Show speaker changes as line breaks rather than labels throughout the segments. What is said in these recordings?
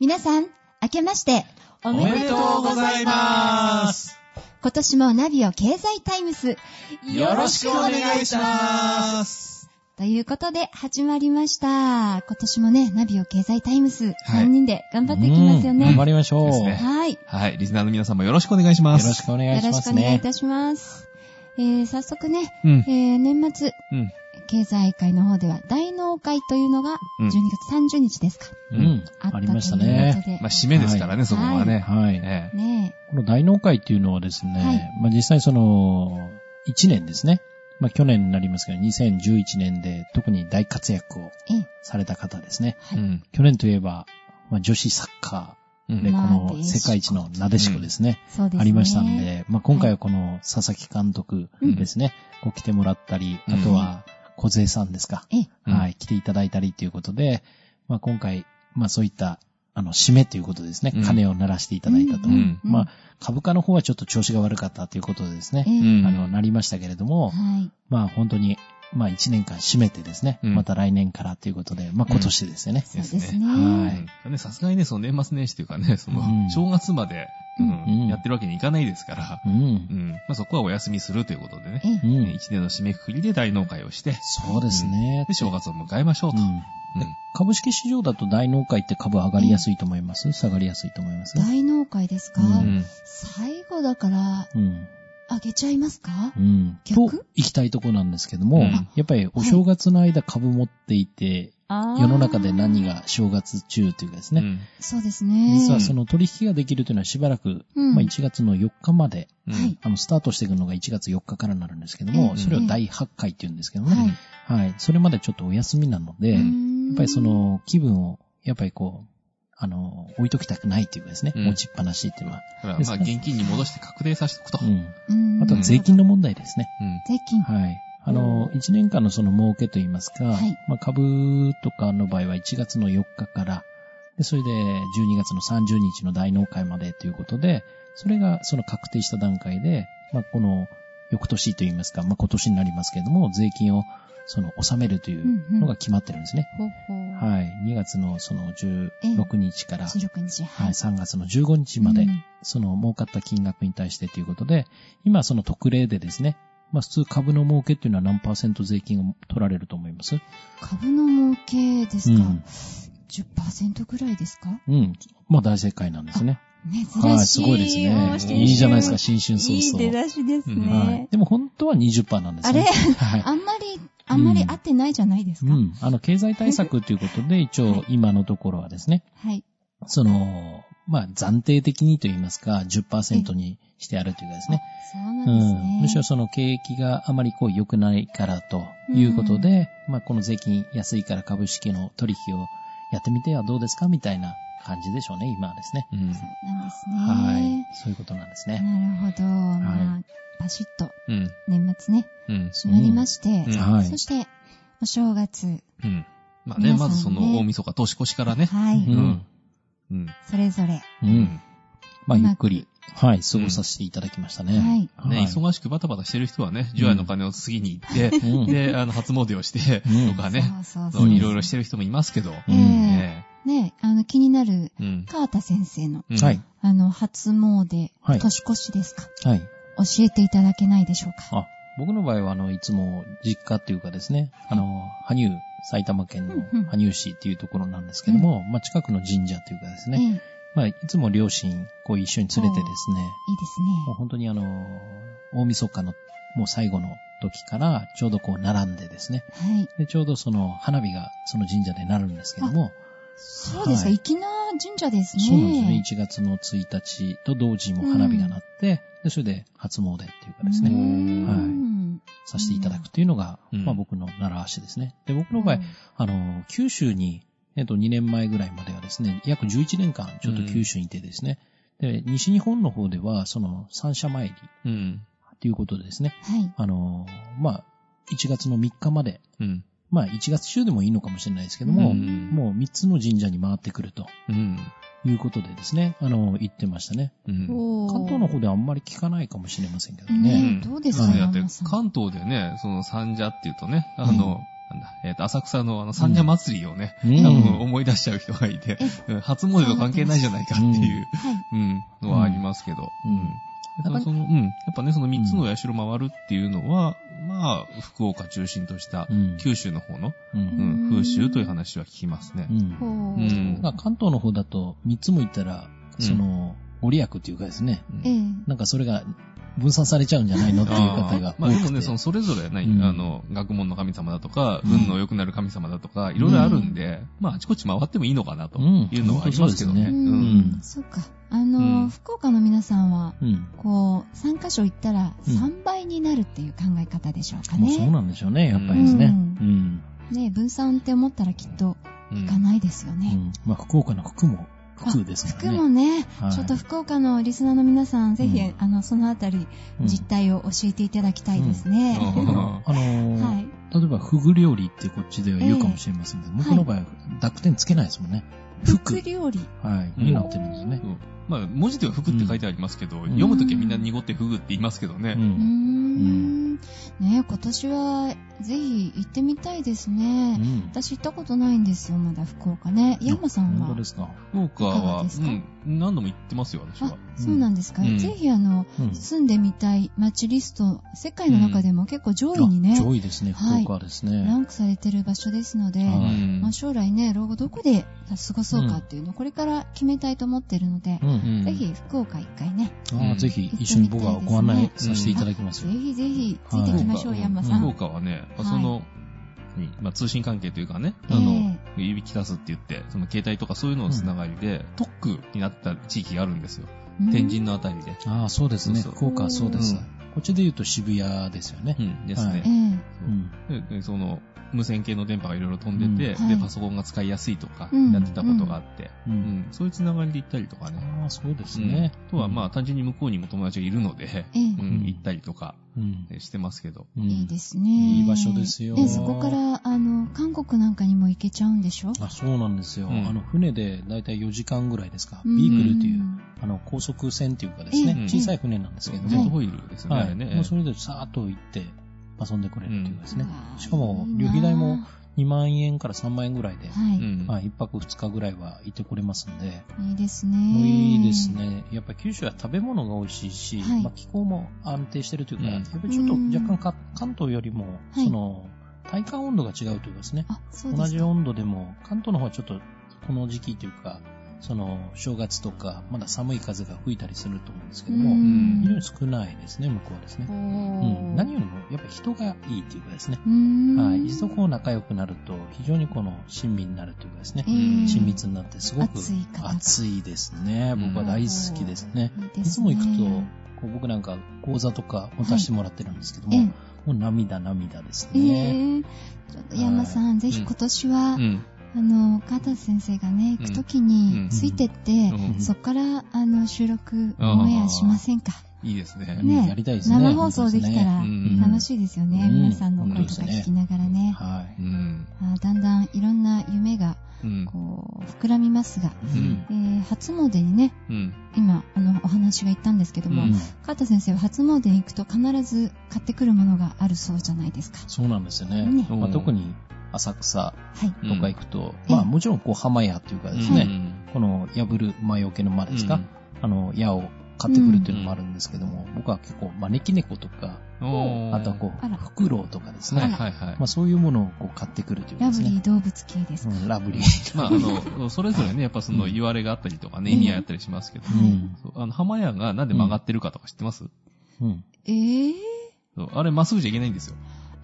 皆さん、明けまして、おめでとうござ
ざ
います。
います。
今年もナビオ経済タイムス、
よろしくお願いします。
ということで、始まりました。今年もね、ナビオ経済タイムス、
はい
3人で頑張っていきますよ
うん頑
ね。
張りましょう。
ですね
はい。よ
はい、リスナーの皆さんもよろしくお願いしま
よろ
す。
しくお願いし
ろ
ま
しく
す
お願い
ね
い。たします。えー、早速ね、
うん
え。ー、年末、
うん。
経済界の方では、大納会というのが、
うん
12月30日ですか。
うん。
あったと
あ
い
り
うこ
ました
と
ね。
で。
まあ、締めですからね、
い
そこはね。
はい。
ええ
ね
この大納会っていうのはですね、
はい
まあ実際その、1年ですね。まあ去年になりますけど、2011年で特に大活躍を
え、ええ、
された方ですね。
はい
うん。
去年といえば、まあ女子サッカ
う
ーで、
ん
こ
なで
の
しこ
世界一のなでしこですね。
そうですね。
ありましたん。で、まあ今回はこの佐々木監督ですね、こう来てもらったり、
うん
あとは小杉さんですか。
ええ、
うん
はい、来ていただいたりということで、まあ、今回、まあ、そういった、あの、締めということですね
うん。
鐘を鳴らしていただいたと。
うん
まあ、株価の方はちょっと調子が悪かったということでです
え
ね、
え
うん
あの、なりましたけれど
は
も、
い。
まあ、本当に、まあ、1年間締めてですね、
うん
また来年からということで、まあ、今年ですよね。
そうですね。
は
はいいねさすがにね、その年末年始というかね、その
う、ん
正月まで、うん
うん
やってるわけにいかないですから、
う。
うんん。まあ、そこはお休みするということでね
え、え
う
え
ん。
一年の締めくくりで大納会をして、
そうですね
で、。正月を迎えましょう
う
と。
ん
う
株式市場だと大納会って株上がりやすいと思います下がりやすいと思います
大納会ですか、
うん
ん。
最後だから、
うん。
あげちゃいますか
うん。と
逆、
行きたいとこなんですけども、
うん
やっぱりお正月の間株持っていて、世
世
の中で何。が正月中というかです
う
ね、
ん。
そうですね。
実はその取引ができるというのはしばらく、
うん
まあ1月の4日まで、
うん
はい。
あの、スタートしていくのが1月4日からになるんですけども、
うん
それを第8回っていうんですけど
は
ね、
い。
はい。それまでちょっとお休みなので、
う
や
ん
っ
っ
ぱりそ、の気分を、やっぱりこう、あの、置いときたくないというかですね、
うん
持ちっぱなしっていうのは。
だから、まあ、現金に戻して確定させておくと。
う
うん。
ん。
うん
あとは税。金の問題ですね。
税金。
はい。あの、1年間のその儲けといいますか、
はい
まあ、株とかの場合は1月の4日から、でそれで12月の30日の大納会までということで、それがその確定した段階で、まあ、この翌年といいますか、まあ、今年になりますけれども、税金をその納めるというのが決まってるんですね。
ほうほう。い。
はい。2月のその16日から、
16日。
はい、。3月の15日ま
う
で
ん、
その儲かった金額に対してということで、今その特例でですね、まあ普通株の儲けっていうのは何パーセント税金が取られると思います
株の儲けです
う
か
ん
?10% ぐらいですか
うん。まあ大正解なんですね。
珍しい。
はい、すごいです
も
ね
う。
新春
いいじゃないですか、新春早
いい
々。
出だしです
うん
はい
ね。。
でも本当は20%なんですね。
あれ
はい。
あんまり、あんまり合ってないじゃないです
う
か。
ん。あの、経済対策ということ で、一
は
応
い
今のところはですね、
はい。
その、まあ暫定的にと言いますか、10%にしてあるというかですね。
そうな
うん
です
ん
ね。
むしろその景気があまりこう良くないからということで、まあこの税金安いから株式の取引をやってみてはどうですかみたいな感じでしょうね、今はですね。
うん。
そうなんですね。
はい。そういうことなんですね。
なるほど。まあ、パシッと
うん。
年末ね、
うん。
締まりまして、
うん
はい
そして、お正月、
うん。まあね、
皆さんね
まずその、大晦日、年越しからね。
は
う
い、
ん。
うん。
それぞれ、
う。。
うん
まあ
うまく
ゆっくり、はい、過ごさせていただきましたね。
は
ね、
し
忙しくバタバタしてる人はね、除夜の鐘を過ぎに行って、
うん
で、あの、初詣をして、
うん
とかね、
そうそう
そ
そうう。
いろいろしてる人もいますけど、
え
うん
え
ね
ねあの、気になる、
うん。
川田先生の、
うん
はい。。
あの、初詣、
はい
年越しですか、
はい。
教えていただけないでしょうか。
あ、僕の場合はあの、いつも実家っていうかですね、あの、羽生、埼玉県の
うんうん
羽生市っていうところなんですけども、まあ近くの神社っていうかですね、
ええ
まあ、いつも両親、こう一緒に連れてです
い
ね、
いです
もう
ね。
本当にあの、大晦日のもう最後の時から、ちょうどこう並んでですね、
はい。
で、ちょうどその花火がその神社でなるんですけども、
そうですか、
はい
粋な神社ですね。
そうなんですね、1月の1日と同時にもう花火が鳴って、で、それで初詣っていうかです
う
ね、
ん
はいさせていただくというのが、
うん
まあ僕の習わしですね。で、僕の場合、
うん
あの、九州に、えっと、2年前ぐらいまではですね、約11年間、ちょっと九州にいてですね、で、西日本の方では、その、三社参り
うん。
ということでですね、
はい。
あの、まあ、1月の3日まで、
うん。
まあ、1月中でもいいのかもしれないですけども、
うん
もう3つの神社に回ってくると
うん。
いうことでですね、あの、行ってましたね。
うん。
おー
関東の方ではあんまり聞かないかもしれませんけど
う
ね。
ん
ねどうです
そ
か
うねだって
山本さん
関東でね、その三社っていうとね、あの、
なんだ、えっ、と、浅草のあの、三社祭りをね、
うん
多分思い出しちゃう人がいて、うん初詣と関係ないじゃないかっていう、
はい。
うん、のはありますけど、
う
うんん。だからその、うん、やっぱね、その三つの社回るっていうのは、まあ、福岡中心とした
う、ん
九州の方の、
う。
うんん、風習という話は聞きますね
う。ん
ほう。
うん
まあ関東の方だと、三つも行ったら、
うん
その、ご利益っていうかですね、
うん
ええ。
なんかそれが分散されちゃうんじゃないのっていう方
あ
が
あま
多
あでも
く
ね、
て
その。それぞれね、
うん
あの、学問の神様だとか、
うん
運の良くなる神様だとか、いろいろあるんで、まああちこち回ってもいいのかなと
うん
いうのはありますけどね。
本当そうですね
うん
うん
そうか。あの、
うん
福岡の皆さんは、
うん。
こう、3箇所行ったら
うん
3倍になるっていう考え方でしょうか
もうそう
ね。
なんでしょうね、やっぱりですね。う
うん
ん。
ね分散って思ったらきっと
う
行
ん
かないですよ
う
ね。
ん。まあ福岡の服も、服ですか
服
らね。
もね、
はい
ちょっと福岡のリスナーの皆さん、ぜひ、
うん
あの、そのあたり、
うん
実態を教えていただきたいですね。
うん
あの
は
ー
い。
例えば、フグ料理ってこっちでは言うかもしれませんけど、向こうの場合は濁点つけないですもんね。
服
服。
料理。
はい。
うん
になってるんですね。
まあ、文字では服って書いてありますけど、
ん
読むときはみんな濁ってフグって言いますけど
う
ね。
うーん。
ん。
ね今年は、ぜひ行ってみたいですね。
うん
私行ったことないんですよ、まだ福岡ね。山さん
本
は
当で。すか。
福岡
いかが
は、
ですか
うん、何度も行ってますよ、私
あ
は。、
そうなんですか。
うん
ぜひ、あの、
うん
住んでみたい街リスト、世界の中でも結構上位にね
あ、上位ですね、
はい
福岡はです
ラ
ね。
ンクされてる場所ですので、
う
うんん
まあ、将来ね、老後どこで過ごそうかっていうのをこれから決めたいと思ってるので
う、ん。
ぜひ福岡一回ね、
あ
う
ー
ん
ぜひ一緒に僕はご案内させていただきます
ぜ
よ。
ひぜひつ
はい
いていきましょう、
うん
山さ
福
ん。
岡はね、
はい
その、にまあ、通信関係というかね、あの
え、
指揮出すって言って、その携帯とかそういうののつながりで、特区になった地域があるんですよ。天神のあたりで。
ああ、そうですね。
そうそう
福岡はそうです、
うん
こっちで言うと渋谷ですよね
う。ん、です
は
ええ
ね。ででその、無線系の電波がいろいろ飛んでて、
うん
で
は、い
パソコンが使いやすいとか、
うん
やってたことがあって、
う。
うんん、そういうつながりで行ったりとかね。
ああ、そうですね。
うんあとは、まあ、単純に向こうにも友達がいるので、
ええ
うん
うん
行ったりとか
うん、
ねしてますけど。
うん。
いい
す。
ですね。
いい場所ですよ
ねそこから、あの、韓国なんかにも行けちゃうんでしょ
あそうなんですよ。
うん
あの、船でだいたい4時間ぐらいですか。
うん
ビークルという、あの、高速船っていうかですね
う、ん
小さい船なんですけど
ジェッ
は
ト
い
ね。
ホイールですね、
は
あれ
い。
ね。
もうそれでさーっと行って遊んでくれるっていうかですね
う。わー
しかも
いい、な
旅費代も2万円から3万円ぐらいで、
は
う
い。
ん
まあ、1泊2日ぐらいは行ってこれますんで、
いいですね。
もういいです。ね。やっぱり九州は食べ物が美味しいし、
はい
まあ、気候も安定してるというか、
うん
やっぱりちょっと若干か関東よりも、
はい
その、体感温度が違うというかですね、
あ、そうですか
同じ温度でも、関東の方はちょっとこの時期というか、その、正月とか、まだ寒い風が吹いたりすると思うんですけど
う
も、
ん
非常に少ないですね、向こうはですね。うん、何よりも、やっぱり人がいいというかですね、
うーん
はい、一度こう仲良くなると、非常にこの親身になるというかですね
え、ー
親密になってすごく
熱い方が
熱いですね。
うん
僕は大好きですね。
いいですね
いつも行くと、こう僕なんか講座とか持たせてもらってるんですけども、
ええ
もう涙涙です
え
ね。
えちょっと山さん、ぜひ今年は、
うん。
あの、川田先生がね、行くときに
うん
ついてって、
うん
そこから、あの、収録、
あー
オンエアしませんか。
いいですね。
ね
やりたいですね。
生放送できたら
うん
楽しいですよね。
うん
皆さんの声とか聞きながらね。
は
う
い。
ん。
あーだんだんいろんな夢が、
うん。
こう、膨らみますが、
うん
えー初詣にね、
うん。
今、あの、お話が言ったんですけども、
うん
川田先生は初詣に行くと必ず買ってくるものがあるそうじゃないですか。
そうなんですよね。
ね
まあ、特に浅草
はい。
とか行くと、
うん
まあもちろんこう浜屋というかです
う
ね、この破る魔除けの間ですか、あの矢を買ってくるっていうのもあるんですけども、僕は結構招き猫とか、
うん。
あとはこ
あら
う、フクロウとかです
は
ね。
いはいはい。
まあそういうものをこう買ってくるというか
ラブ
です
リー
ね。
動物系ですか。
うんラブリー。
まあ、あの、それぞれね、やっぱその、言われがあったりとかね、意味合いあったりしますけど、
うん。
そうあの、浜屋がなんで曲がってるかとか知ってます
うん。
えー、
そうあれ、まっすぐじゃいけないんですよ。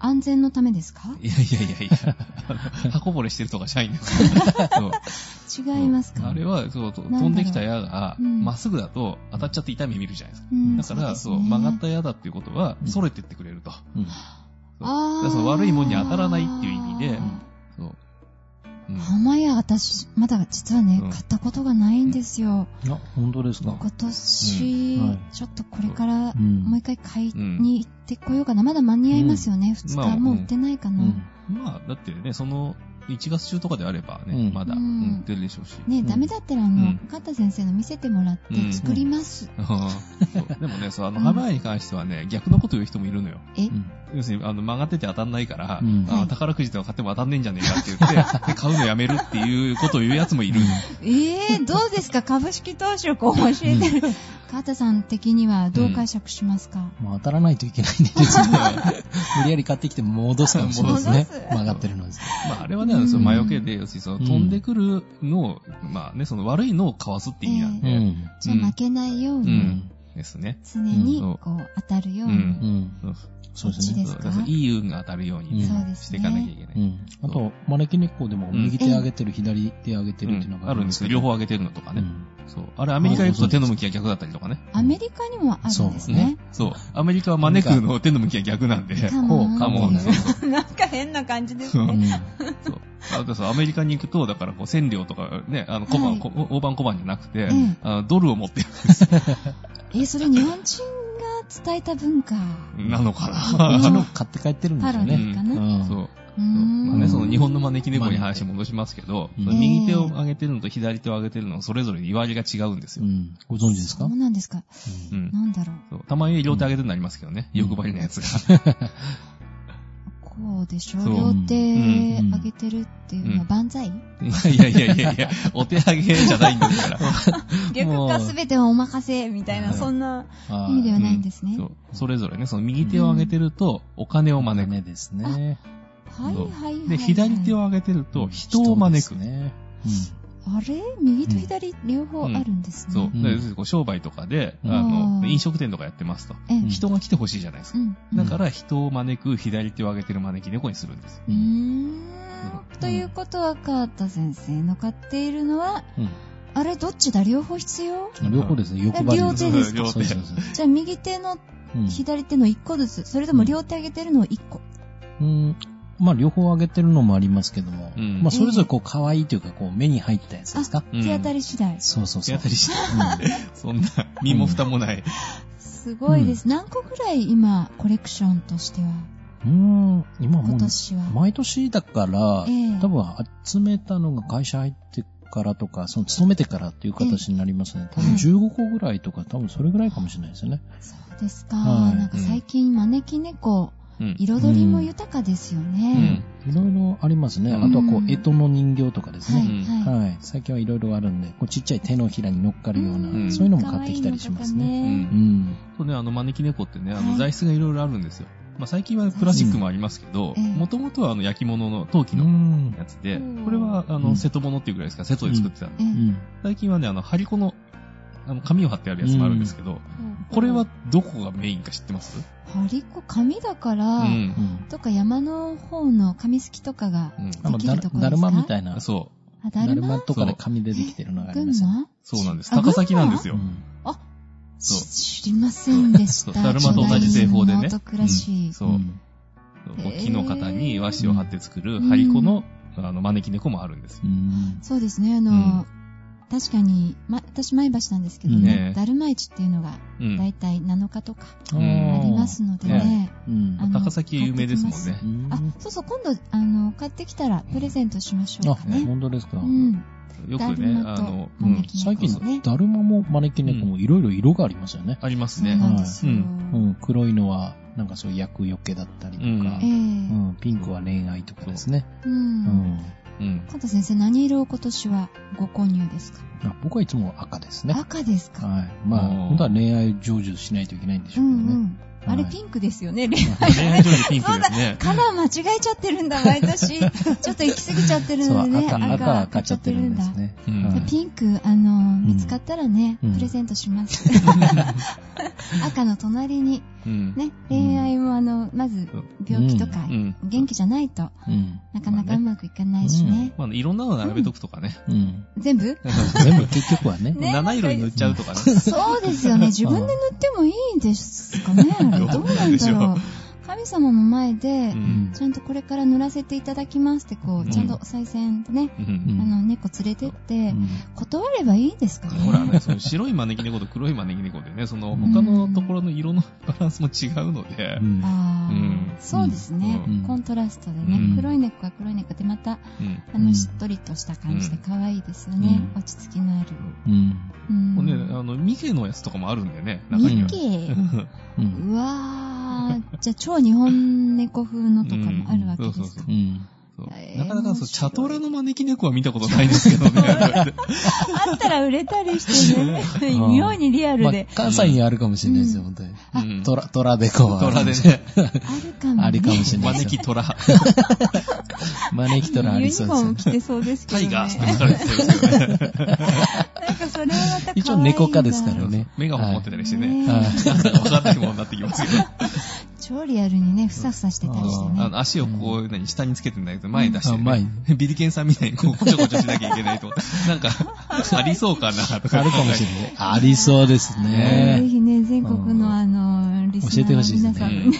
安全のためですか
いやいやいやいや、 あの刃こぼれしてるとか社員だ から。そう
違いますか
あれは、そう、と
なんだろう
飛んできた矢が、
うん
まっすぐだと当たっちゃって痛み見るじゃないですか。
うん
だから、
です
そう
ね
曲がった矢だっていうことは、逸れてってくれると。
うん
そう
あー
だからその悪いもんに当たらないっていう意味で、そう。うん
浜屋、私、まだ実はね、
うん
買ったことがないんですよ。
いや、本当ですか。
今年、
うんはい
ちょっとこれから、
ん
もう一回買いに行ってこようかな。まだ間に合いますよね。2
まあ
日もう売ってないかな。
うん。
まあ、だってね、その1月中とかであればね、
うん
まだ、
う
うんん、出るでしょうし。
ね、
ん
ダメだったらも
うん
う、カッタ先生の見せてもらっ
う
て
ん
作ります。
そうでもね、そう、あの、ハマヤに関してはね、逆のこと言う人もいるのよ。
え、
うん
要するに、あの、曲がってて当たんないから、
うん
あ宝くじとか買っても当たんねえんじゃねえかって言って、で買うのやめるっていうことを言うやつもいる。
えー、どうですか株式投資をこう教えてる。カータさん的にはどう解釈しますか、
まあ、当たらないといけないんで、別に無理やり買ってきて戻すかもしれないですね
戻す。
曲がってるのです。
まあ、あれはね、その魔除けで、要するにその、飛んでくるのを、まあね、その悪いのをかわすって意味なん
う
で、
ん。
じゃあ負けないよう
う
に、
んですね。
常に
うん
こう当たるよう
う
うん
に。
ん
ん。
そう
そうで
こっちです
すね。
か
そうそういい運が当たるように
うん
そうです
し
ね。
ていかなきゃいけな
う
い。
ん。あと、招き猫でも、
うん
右手上げてる、左手上げてるっていうの
うん
が
あるんですけど、両方上げてるのとかね。
うん
そう。あれ、アメリカ行くと手の向きが逆だったりとかね。
アメリカにもあるんですね
ね。。そう。アメリカは招くの手の向きが逆なんで。
カモン
こうカモン
そうそう
なんか変な感じです
う
う
ね。
ん。
そう。あとさ、アメリカに行くと、だからこう、千両とかね、あの、小
はい
判、こ大判小判じゃなくて、
ええ
あのドルを持ってる
え、それ日本人が伝えた文化。
なのか
こっちの
な。
買って帰ってるんで
パ
すよ
ロデ
ね。
ィか
う
な。
ん。
そう。
うーん
まあね、その日本の招き猫に話戻しますけど、
うん
右手を上げてるのと左手を上げてるのはそれぞれに割りが違うんです
う
よ。
ん。ご存知ですか
そうなんですか。
う
うんん
なんだろう。
そうたまに両手上げてるのありますけどね、
うん
欲張りな やつが。
こうでしょ
そう
両手
うん
上げてるっていうのは
うん
万歳
いやいやいやいや、お手上げじゃないんですから。
逆かすべてはお任せみたいな、
うん
そんな
あ
意味では
ー
ないんですね
そ。うそれぞれね、その右手を上げてるとお金を招く。
ねですね。
はいはいはい。
で、左手を上げてると人を招
人
く
です。ね。
あれ右と左両方あるんですね。
そう。
ん
で要するにこう商売とかで、
うん
あ
あー
の、飲食店とかやってますと。
ええ
人が来てほしいじゃないです
う
か。
ん。
うん
だから人を招く左手を上げてる招き猫にするんですよ。
うーん。ということは、川田先生の買っているのは、
うん。
あれどっちだ両方必要
うん両方ですね。欲張り
両手です
か
そうそうそう
じゃあ右手の
うん
左手の1個ずつ、それとも両手上げてるのを1個。
うん。まあ、両方上げてるのもありますけども、
うん
まあ、それぞれこう、可愛いというか、こう、目に入ったやつですか。
うん
手当たり次第。
そうそうそ
手
う。
当たりして、
うん
そんな、身も蓋もない。
すごいです。何個ぐらい今、コレクションとしては、
うん。今も
今
う、
年は。
毎年だから、
ええ
多分集めたのが会社入ってからとか、その勤めてからっていう形になりますね。多分15個ぐらいとか、多分それぐらいかもしれないですよね。
そうですか。
はい
なんか最近、招き猫、
うん。
彩りも豊かですよ
う
ね。
ん
いろいろありますね。あとはこ
うん
う、えとの人形とかですね。
ん
はい、はい。
はい。最近はいろいろあるんで、こうちっちゃい手のひらに乗っかるような、
うん
そういうのも買ってきたりしますね。
う。
ね。
うんん。
そうね、あの、招き猫ってね、あ
はい
の、材質がいろいろあるんですよ。まあ、最近はプラスチックもありますけど、
うん
もともとはあの、焼き物の陶器
う
の
ん。
やつで
うん、
これは、あ
うん
の、瀬戸物っていうぐらいですか、瀬戸で作ってたの
ええ
うん。
最近はね、あの、張り子の、あの、紙を貼ってあるやつもあるんですけど、これはどこがメインか知ってます
張り子紙だから、
うん
う。ん。
とか山の方の紙すきとかが、
うん
あの、
できる
だ
とこですか
だるまみたいな
あ。そう。
あ、だ
だ
る
る
ま
まとかで紙でできてるのがあり
群
ますよね。
馬
そうなんです。
あ
高崎なんです
う
よ。
ん
そう
し知りませんでし
そう
た。
だるまと同じ製法で
巨大な
ね
ものと暮らし。
そうう。
ん
へー
木の型に和紙を貼って作る張り子の、あの、招き猫もあるんですよ。
うん。
そうですね、あの、
うん
確かに、ま、私前橋なんですけどね、
ね
だるま市っていうのが、
うん。
だいたい7日とか
うん
ありますのでね。
うん
あの
高崎有名ですもんね。
あ、そうそう、今度、あの、買ってきたらプレゼントしましょ
あ、
うかね。
本当ですか。
うん。
よく
だる
ね、
ま
あ
と
の、う
招
ん
き、
最
ね
近、だるまも招き猫もいろいろ色がありますよね。
ありま
そ
す
う
ね。
なんですよ。
う
う、ん。黒いのは、なんかそういう厄除けだったりとか
ええ、
うん。ピンクは恋愛とかですね。
う。
うんん。
うん。
加藤先生、何色を今年はご購入ですか
あ僕はいつも赤ですね。
赤ですか、
はい。まあ、
おー
本当は恋愛成就しないといけないんでし
う
ょうけ
ん
ど
う
ね。
ん。あれ
はい
ピンクですよね、
恋愛上でピンクですね。
カラー間違えちゃってるんだ、毎 年。ちょっと行き過ぎちゃってる
そう、
のでね。
赤、赤買っちゃってるんです
赤買っちゃってるんだ。
ね。
うん
はい
ピンク、あの、見つかったらね、
うん
プレゼントし ます。赤の隣に、
うん。
ね、恋愛もあの、まず病気とか
う、ん。
元気じゃないと
うん。
なかなかうまくいかないしね。
まあ、いろんなの並べとくとかね。
うん。
全部
全部結局はね。
ね
七色に塗っちゃうとかね。
そうですよね。自分で塗ってもいいんですかね。どうなんだろう。神様の前で
う、
ん
ん。
ちゃんとこれから乗らせていただきますって、こ
う
う、
ん
ちゃんとお賽銭でね、
う
あ
ん。
の、猫連れてって、断ればいいんですかね。
ほらね、その白い招き猫と黒い招き猫でね、その他のところの色のバランスも違うので、
うん
ああ、
うん
そうですね、
うん
コントラストでね、
うん
黒い猫は黒い猫でまた、
うん。
あ
うん
の、しっとりとした感じで可愛いですよね。
う
落ち着きのある。
うん
うん
もうね、あの、ミケのやつとかもあるんでね、中に
ミ
は。
ケ
う
うんわー、じゃあ超日本猫風のとかもあるわけですか。
うんそうそ
う
うそ
ん
そう
えー
なかなかそう、
面白い
チャトラの招き猫は見たことないですけどね。
あったら売れたりしてね、妙にリア
ま
ル
あ
で。
関西にあるかもしれないですよ、
う
本当に。
うん
トラ、トラデコは。
トラで。ね、
あるかも、ね。
ありかもしれないです
招
よ。
き トラ、
招きトラあ
ユ
り
ニ
そ
フ
う
ォーム
ですよね。
着てそうですけど、
タ
ね。
イガースって書かれてるんですけどね。
なんかそれはまた可愛いな
一応猫科ですからね。
メガホン持ってたりしてね。
ね
はい
なんかわかんないものになってきますよね。
超リアルにね、ふさふさしてたりして
うん
あ
ね。
の、足をこう、何、下につけてんだけど、前に出して、
あ前
ね。 ビリケンさんみたいに、こう、こちょこちょしなきゃいけないと。なんか、ありそうかな、とか。
あるかもしれない。ありそうです
ぜ
ね。
ひね、全国
うん
のあの、リスナ
教えて
ー
ほ
の
しいですね
皆さんのね、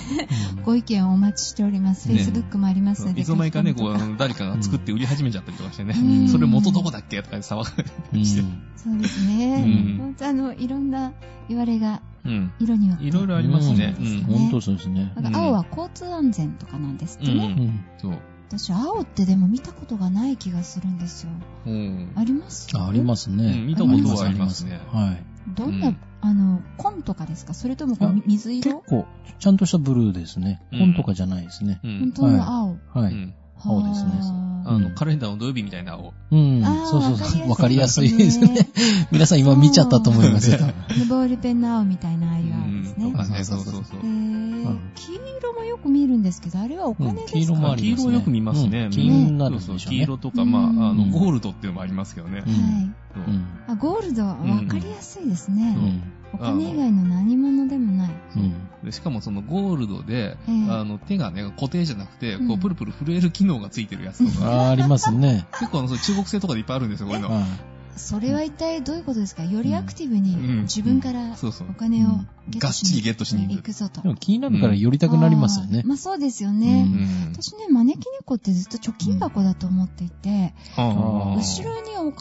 うん
ご意見をお待ちしております。
ね
Facebook もあります
そ
の
う
で。
いつの間にかね、こう、あ
書き込みとか
の誰かが作って売り始めちゃったりとかしてね
うん、
それ元どこだっけとかで騒がれたりして。
そうですね。
うん
本当あの、いろんな言われが
うん。
色によって。
いろいろありますね。
う
うん
うん
ん。
本当そうですね。
なんか青は交通安全とかなんですって
う。
ね。
うんん
そう。
私、青ってでも見たことがない気がするんですよ。
うん。
あります
ああります
う
ね
ん。見たことはありますね。
はい。
どんな、
うん
あの、紺とかですかそれともこ
あ
う水
結
色
構、ちゃんとしたブルーですね。
うん
本とかじゃないですね。
う
本
ん。
当の青。
は
う
い。
ん
青ですね
は
あの、カレンダーの土曜日みたいな青。
うん
あ。ー
そうそうそう。わ
わ
か
かり
りや
や
す
す
い
い
で
ですすね
ね。皆さん今見ちゃったと思いますよ、多
あ。
分。
ボールペンの青みたいなああいう
う
青ですね
ん。。とかね、
そ
そうう
そう
そ
そう
う
え
そう。
ー、黄色もよく見るんですけど、あれはお金ですか、
うん黄色もあり
黄色をよく見ますね。
うん
み
黄
色
になるんでしょうね
そうそう黄色とか、
うん
まあ、あの、
うん
ゴールドっていうのもありますけどね。
うん
はい。
そう
うん。
あ、ゴールドはわかりやすいです
う
ね。
ん。
お金以外の何物でもない。
うん。
でしかもそのゴールドで、
ええ
あの、手がね、固定じゃなくて、
うん
こう、プルプル震える機能がついてるやつ とか、
あーありますね。
結構あの、そう中国製とかでいっぱいあるんですよ、こういうの。
は
それは一体どういうことですかよりアクティブ
うん
に自分から
そうそう
お。金をゲット
がっ
し
ち
に
りゲットしに行
行
く。
くぞと
い。で。も気になるから寄りたくなりますよね
あー。まあそうですよね。
う
うん。
私ね、招き猫ってずっと貯金箱だと思っていて、
あ
後
ー
ろにお金が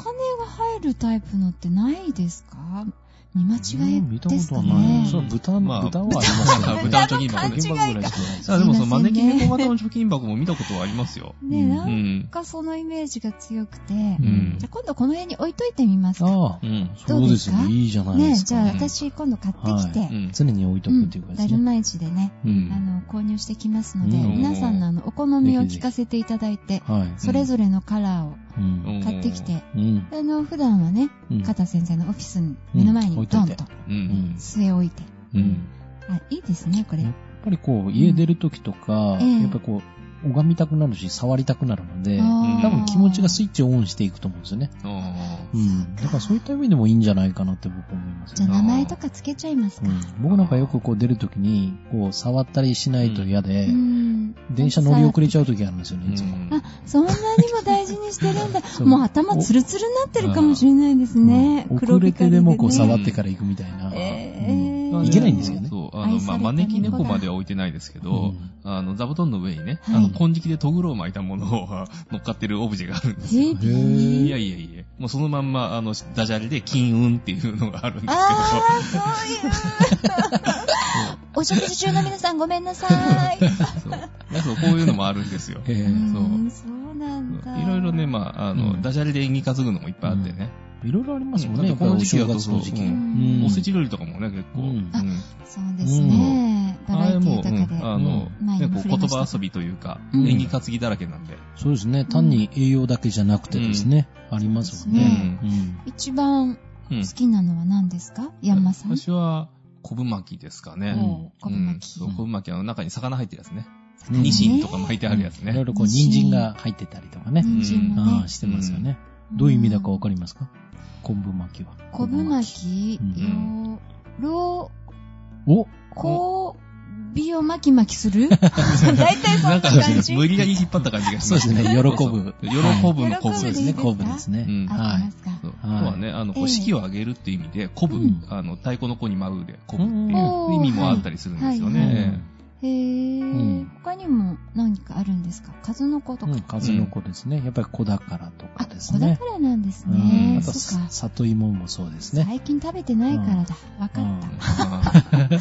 入るタイプのってないですか見間違
うん見
い
たこ
です
と
か
はない。
ね
そ。う、豚、
ま あ
豚はありますけど。
豚の貯金箱ね
豚の勘違いか
しかないです
あでもその、
すいませ
招
ん
き
ね
猫型の貯金箱も見たことはありますよ。
ね、
うん
な
うんん。
かそのイメージが強くて、
うん
うん
じゃあ今度この辺に置いといてみますか。
ああ
う、ん。
そうですよ
どうです
ね。
か
いいじゃないで
ね
す
じ
か
ゃあ
ね。
私今度買ってき
は
て、
うん。
常に置いとくっていうかで
だ
す
る
ね。
ま市でね、
う
あ
ん。
の、購入してきますので、
うん
皆さんのあの、お好みを聞かせていただいて、
はい。
それぞれのカラーを
うん。
買ってきて、
うん。
あの、普段はね、
うん。
加藤先生のオフィスの目の前
うん置い
にド
とい
ン
て
と
う。
うんん。
据え置いて。
うん。
あ、いいですね、これ。
やっぱりこう、家出るときとか、
ええ
やっぱりこう、拝みたくなるし、触りたくなるので、
あー
多分気持ちがスイッチをオンしていくと思うんですよね。
あ
うん。だからそういった意味でもいいんじゃないかなって僕思います
じゃあ
ね。
名前とかつけちゃいます
う
か。
ん、僕なんかよくこう出るときに、こう触ったりしないと嫌で、
うん
電車乗り遅れちゃうときあるんですよ
ー
ね、いつも。
うん
あ、そんなにも大事にしてるん だ
そ。う
もう頭ツルツルになってるかもしれないですね。
うん
黒
遅れ
光り
てでもこう
ね
触ってから行くみたいな。
え
うん
ー
いけないんですけどね。
そう、あの、まあ、招き猫までは置いてないですけど、あの、座布団の上にね、
はい
あの、金色でトグロを巻いたものをあ乗っかってるオブジェがあるんです
ヘ
よ。
ビー
いやいやいや、もうそのまんま、あの、ダジャレで金運っていうのがあるんです
ああ、そういう。お食事中の皆さんごめんなさい。
けど、そう。なんかそうこういうのもあるんですよ。
へえ
うんそうなんだ。
いろいろね、まあ、あ
う
の、
ん
ダジャレで演技担ぐのもいっぱいあってね。
いろいろありますもん
うん
ね、
だってこの時期
やっ
だ
ぱり
と
お正月の時期。
そう
うん
ん
おせち料理とかもね、結構。
うん
ん
そうですね。バラエティ豊かで。
あの、
うん前に
ね
も
こう
触れ
言
ました
葉遊びというか、
うん
演技担ぎだらけなんで。
そうですね、単に栄養だけじゃなくてですね、ありますもん
う
ね。
ね
ん。
うん。
一番
うん
好きなのは何ですか、ヤンマさん。
私は、昆布巻きですかね。
おう昆布
う
巻
ん
き。
そう、昆布巻きの中に魚入ってるやつね。
う
魚
ん
ね
ニシンとか巻いてあるやつ
いろい
ね。
ろこう、人参が入ってたりとかね。
人参も
あ
ね
あ、。してますよね。どういう意味だかわかりますか昆布巻きは。
昆布巻き、
う
よ
ん
うろ
お
う、こう、びを巻き巻きする大体そん
な
なん
か
感、じ。
無理やり引っ張った感じがし
そう
ま
ですすね、喜ぶ。
喜ぶの昆
そうで
布ですす
ね、
ね。
昆布ですね。
うん
ありますか。
そうあと
はい
はね、あの、こ
え
う、
え
式を上げるっていう意味で、昆布
うん、
あの、太鼓の子に舞うで、昆
う
布って
ん
いう意味もあったりするんですよ
うん
ね。
へえ、
ん
他にも何かあるんですか数の子とか。
うん、数の子ですね。やっぱり子宝と
あ、
かです
子だ
ね。
からなんです
うん、
ね
あ。と
そっか。
さ里芋もそうですね。
最近食べてないからだ。わかった。
なんか、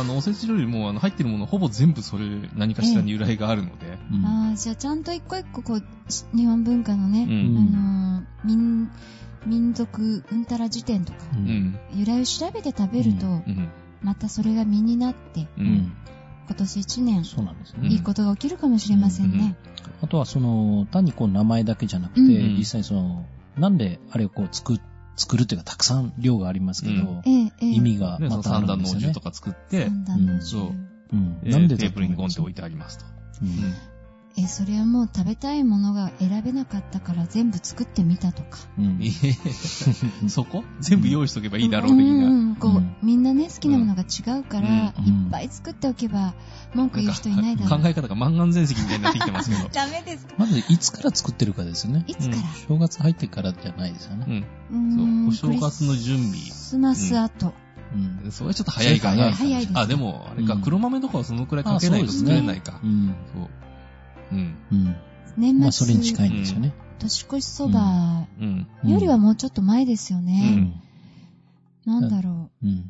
あの、おせち料理も、あの、入ってるものほぼ全部それ、何かしらに由来があるので。
うん
ああ、じゃあちゃんと一個一個こう、し日本文化の
う
ね、
ん。
あのー民、民族うんたら辞典とか、
う
うんん。
由来を調べて食べると、
うん。
またそれが身になって、
う。
うんん
今年一年、
そうなんですね。
いいことが起きるかもしれませんね。
あとはその、単にこう名前だけじゃなくて、
うん
うん
実際その、なんであれをこう作、作るっていうかたくさん量がありますけど、
うん
ええ、ええ。
意味が
ね、そ
ま
の
たあ
三
る
段
んで
の
す
お
よ
重
ね
と。か作って、
三段の重
うん
うん
えー
なんで
テー
だと
ブル
思
に
い
ゴ
ま
ンって
す
置いてありますと。
うん
え、それはもう食べたいものが選べなかったから全部作ってみたとか。
うん
うんそこ全部用意しとけばいいだろう的
ん
な。
んんこう、
うん
みんなね、好きなものが違うから、
うん
いっぱい作っておけば、文句言う人いないだろう。。
考え方が満願全席みたいになってきてますけど
ダメですか
まず、いつから作ってるかですよね。
いつから、
正月入ってからじゃないですよ
う
ね。
ん。
う
そうお正月の準備
クリスマス後。
うん
それはちょっと早いかな。
早いですね
あ、でも、あれか、
うん
黒豆とかはそのくらいかけないと
あそうです
作
ね
れないか
う。ん。
そう。うん。
うん。
年末、
まあ、それに近いんですよね。
年越しそば
うん。
よりは
も
もうちょっと前ですよ
う
ね。
ん、
なんだろ
うん。
う。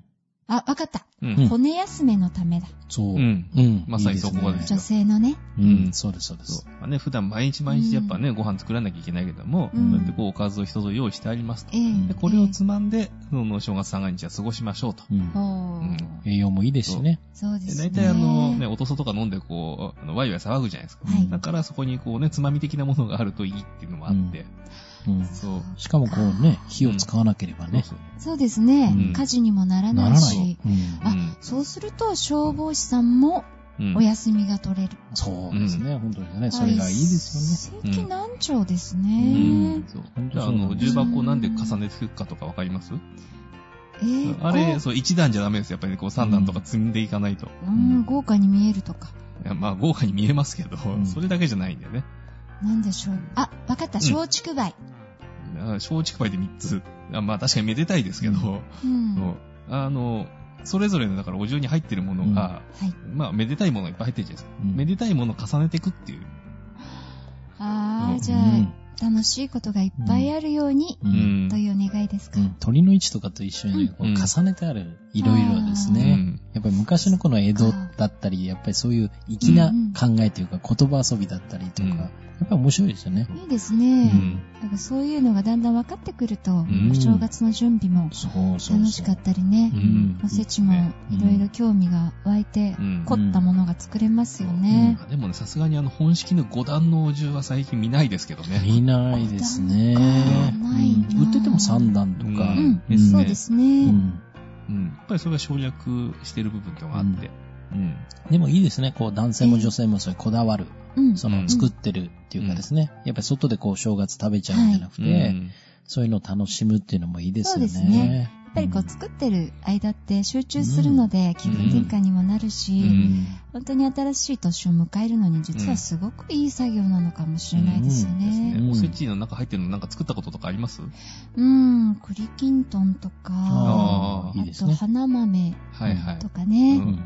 あ、わかった。
うん。
骨休めのためだ。
そう。
うん。
うん
まさにそこがです
女性のね。
う
うん
ん。そうです、そうで
そ
す。
う。まあね、普段毎日毎日やっぱね、ご飯作らなきゃいけないけども、
う
こ
ん
うやってこう、おかずを一つ用意してありますと
え。え。
で、これを
え
つまんで、その、正月三が日は過ごしましょうと。
うん
えほう
うん
栄養もいいですしね。
そうで
です
ね。
大体あの、ね、おとそとか飲んでこう、あのワイワイ騒ぐじゃないですか。
はい
だからそこにこうね、つまみ的なものがあるといいっていうのもあって。
うん。
そう。
しかもこうね、火を使わなければね、
そう
そうですね
うん。
火事にもならな
なら
い
ない
し。。
う
あ
ん
そうすると、消防士さんも
うん。
お休みが取れる。
そうですね、本当にね。それがいいです
よ
ね
世紀難聴です
う
ね
ん。。そう
本。当
じゃあ、
そ
あ
うなん
の、
です
重箱をなんで重ねていくかとかわかります
えー
あれ、
こ
そう、一段じゃダメです。やっぱりねこう、三段とか積んでいかないと。
ううん、豪華に見えるとか。
いやまあ、豪華に見えますけど、
ん
それだけじゃないんだよね。
なんでしょう。あ、わかった。
ん
松竹梅。
あ松竹梅で3つ。あまあ、確かにめでたいですけど、
う
そ
ん。
うあの、それぞれの、だから、お重に入ってるものが、
はい。
まあ、めでたいものがいっぱい入ってるじゃないですか。
うん
めでたいものを重ねていくっていう。
あ
う
ー、
ん
じゃ
うん
あ、楽しいことがいっぱいあるように、
う。
うんん
というお願いですか。
鳥の位置とかと一緒にね、こう
うん
重ねてある、いろいろです
う
ね。
ん
やっぱり昔のこの江戸だったり、やっぱりそういう粋な考えというか、言葉遊びだったりとか、
うん
やっぱり面白いですよね。
いいです
う
ね。
ん。
だからそういうのがだんだん分かってくると、
ん
お正月の準備も
そうそうそう。
楽しかったりね
う、ん
おせちもいろいろ興味が湧いて
う、ん
凝ったものが作れますよね。
でもね、さすがにあの、本式の五段のお重は最近見ないですけどね。
見ないですね。
ないな
うん売ってても三段とか。
うん
うん
そうです
う
ね。
ん
うん。やっぱりそれが省略してる部分とかあって。うん。
でもいいですね。こう男性も女性もそういうこだわる。
うん。
そうの
ん
作ってるっていうかですね。やっぱり外でこう正月食べちゃうんじゃなくて、
うん
そういうのを楽しむっていうのもいいですよね。
そうですねやっぱりこ
う
うん作ってる間って集中するので気分転換にもなるし、
うん
本当に新しい年を迎えるのに実はすごくいい作業なのかもしれないですよ
ですね
ね。
うん
おせちの中入ってるのなんか作ったこととかあります
うん、栗きんとんとか、あ
ああ、いいです
と
ね。
花豆
はいはい。
とか
う
う
ね、
ん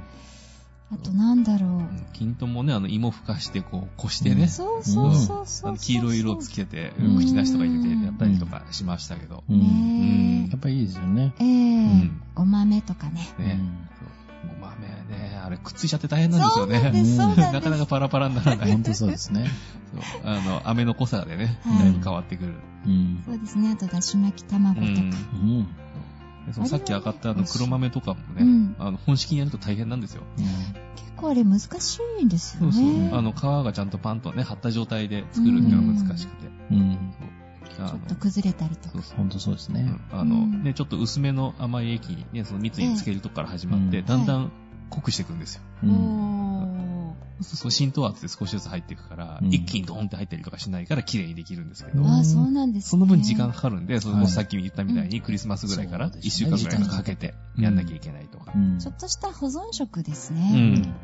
あとなんだろう。
金とんもね、あの、芋ふかして、こう、こしてね、
そうそうそう
あ
そ
の
う。
黄色い色つけて、
うん
口出しとか入れてやったりとかしましたけど。
う
て
ん
ね
やっぱりいいですよね。
え。え
う
え
ん。
ごまめとかね。
ね。そうごまめね、あれ、くっついちゃって大変なんです
そ
よ
うなん
ね。
です、そうなん
な
で
かなか
す。
パラパラにならな
う
い。
ん。本当そうで すね。
そうあの、飴の濃さでね、
はい
だいぶ変わってくる。
うん。
そうですね、あとだし巻き卵
う
と
ん
か。。
うん。
でそのさっき上がったあの黒豆とかもね、
うん
あの本式にやると大変なんですよ。
結構あれ難しいんですよね。
あの皮がちゃんとパンとね、張った状態で作るっていうのが難しくて。
うん。うん。
あ
ちょっ
の
と崩れたりとか
そう。そう
本当そうです
う
ね
ん。あの、
うん
ね、ちょっと薄めの甘い液にね、その蜜につけるとこから始まって、
ええ
だんだん濃くしていくんですよ。
うん。
おー
そうそう浸透圧で少しずつ入っていくから、
うん
一気にドーンって入ったりとかしないから綺麗にできるんですけど、
うん
ああ、そうなんですね。
その分時間かかるんで、そ
は
の
い
さっき言ったみたいにクリスマスぐらいから
そうですね
1週間ぐらいかけてやんなきゃいけないとか
う。ん
ちょっとした保存食です
う
ね。
ん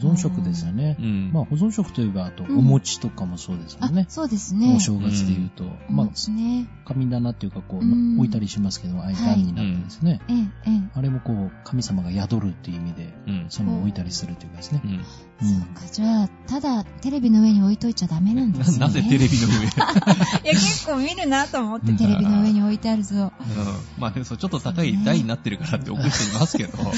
保存食ですよね
う。ん。
まあ保存食といえば、あとお
うん
餅とかもそうですも
あ
んね。
そうです
お
ね。
正月で言うと、
うん
まあ、
ね。
神棚っていうか、こ
う
う、
ん
置いたりしますけど、ああいう
はい
段になってですね。
ええ、ええ。
あれもこう、神様が宿るっていう意味で、
うん。
その置いたりするというかですね
う。ん。
うん
そっか、じゃあ、ただテレビの上に置いといちゃダメなんで
な
すね。
なぜテレビの上
いや、結構見るなと思って、
うん
テレビの上に置いてあるぞ。
うんまあね、そう、ちょっと高い台になってるからって送る人いますけど、
確か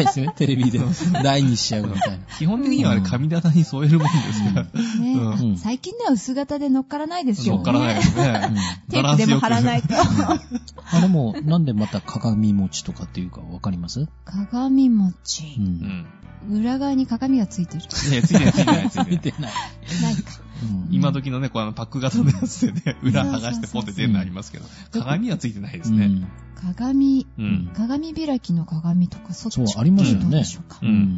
にですね、テレビで台にしちゃうみたいな。
基本的にはあれ神棚に添えるもんですから、
ね、
うん
うん
最近のは薄型で乗っからないですよね。
乗っからないです ね。
テープでも貼らないと。
あれも、なんでまた鏡餅とかっていうかわかります
鏡
う。
餅、
うんん。
裏側に鏡がついてる。
いや、ついてない、ついてない、ついて
見
ない。
てない。
ないか。
うん
今時のね、こうあのパック型のやつでね、裏剥がしてポンって出るのありますけど、鏡はついてないですね。。
鏡、
うん。
鏡開きの鏡とか、そっち
そうありますよね
どうでしょうか
う
うんん。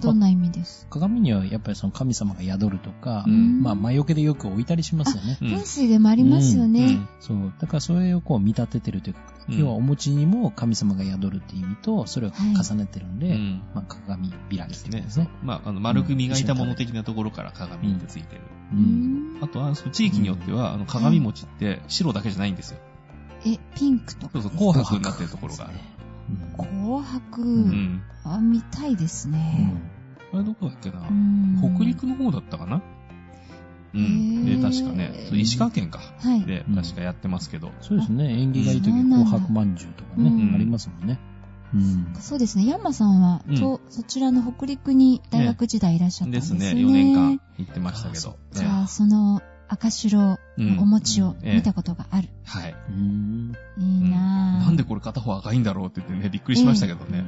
どんな意味です
鏡にはやっぱりその神様が宿るとか
う、ん
まあ魔除けでよく置いたりしますよね。
うん
風水でもありますよね。
そう。だからそれをこう見立ててるというか、
うん
要はお餅にも神様が宿るっていう意味と、それを重ねてるんで、
うん
まあ鏡開きっていうこと
ね
ですね。
まあ、あの、丸く磨いたもの的なところから鏡ってついてる。
う
うーん
ん。
あとは、その地域によっては、あの、鏡餅って白だけじゃないんですよ。
え、ピンクと
そ
か
う。そう、紅白になってるところがある。
うん
紅白、
うんん。
あ、見たいですね。
あれどこだっけな
うーん
北陸の方だったかなうん。
へ
で、
ー
確かね、そう石川県か。
はい。
で
うん、
確かやってますけど。
そうですね。縁起がいい時
そう
に
なんだ
紅白まんじゅうとかね、
うん
ありますもんね。うん。
そうですね。ヤンマさんは、
うん
とそちらの北陸に大学時代いらっしゃったんで
ですす
ね。
ね、4年間行ってましたけ
あ
ど。
じゃあ、その赤白
う
お
ん。
餅を見たことがある。
はい。
うん。
いいなぁ。
なんでこれ片方赤いんだろうって言ってね、びっくりしましたけどね。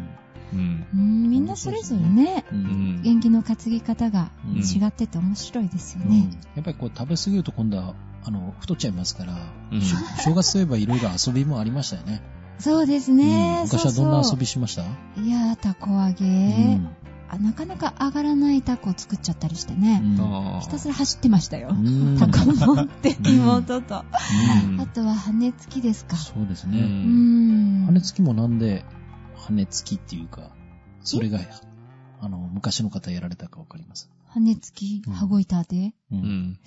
うん。
うんみんなそれぞれね、
う。
うんん。
縁起の担ぎ方が
うん
違ってて面白いですよ
うん
ね。
やっぱりこう食べ過ぎると今度は、あの、太っちゃいますから、
うん
しょ正月といえばいろいろ遊びもありましたよね。
そうですね。
うん昔はどんな遊
そう
びしました
そういやー、たこ揚げ、
うん
あ。なかなか上がらないたこを作っちゃったりしてね。
あ
ひたすら走ってましたよ。
うん
たこ持って
ん
妹と。あ
うん
とは羽根付きですか。
そうです
う。
ね。
うんん。
羽根付きもなんで、羽根付きっていうか、それが、あの、昔の方やられたかわかります。
羽根付き、羽子板で。
う
う。ん。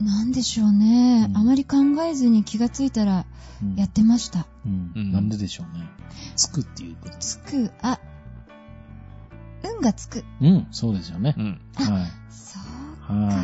なんでしょうね
う。ん
あまり考えずに気がついたら
うん
やってました。
うん
うん
なんででしょうね。つくっていうこと。
つく、あ、運がつく。
うん、そうですよね
う。ん。
はい。
そう
は
か。
い。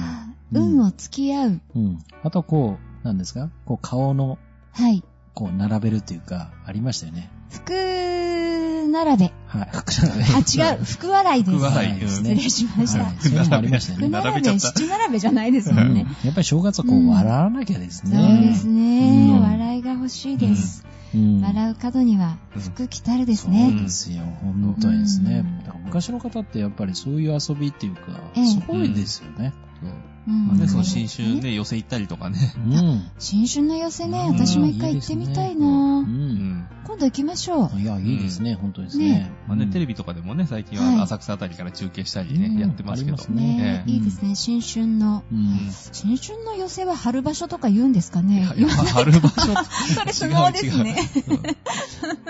運を付き合う。
うん。あとこう、なんですかこう顔の、
はい。
こう並べるっていうか、ありましたよね。
服並 べ。
はい。服
あ、
並
違う。服笑いで
福
す。
笑い
です
失
ね
礼しました。
はいそういうのもありましたよ
服
ね。
並
並べ
べ、
ちゃった
七並べじゃないです
う
もん
ん
ね。
やっぱり正月はこ
うん
う笑わなきゃです
そうで
ね。
すね。
うん
笑いが欲しいです。
うん
笑う角には服着たるですね。
そうですよ。本当にですね
うん。
だから昔の方ってやっぱりそういう遊びっていうか、
ええ
すごいですよね。
うん
まあね、その新春ね、寄せ行ったりとかね。
うん。
新春の寄せね、
うん
私も一回行ってみたいな、
う。
うんん。
今度行きましょう。
いや、いいですね。本当です
ね
ね。
まあね、テレ
ビ
ビとかでもね、最近はあ
はい
の浅草あたりから中継したりね、
うん
やってますけど
あり。ます
ね
ね
いいですね、新春の。
うん。
新春の寄せは春場所とか言うんですか
い
ね
やいや春場所
それ相撲ですね。
違う違う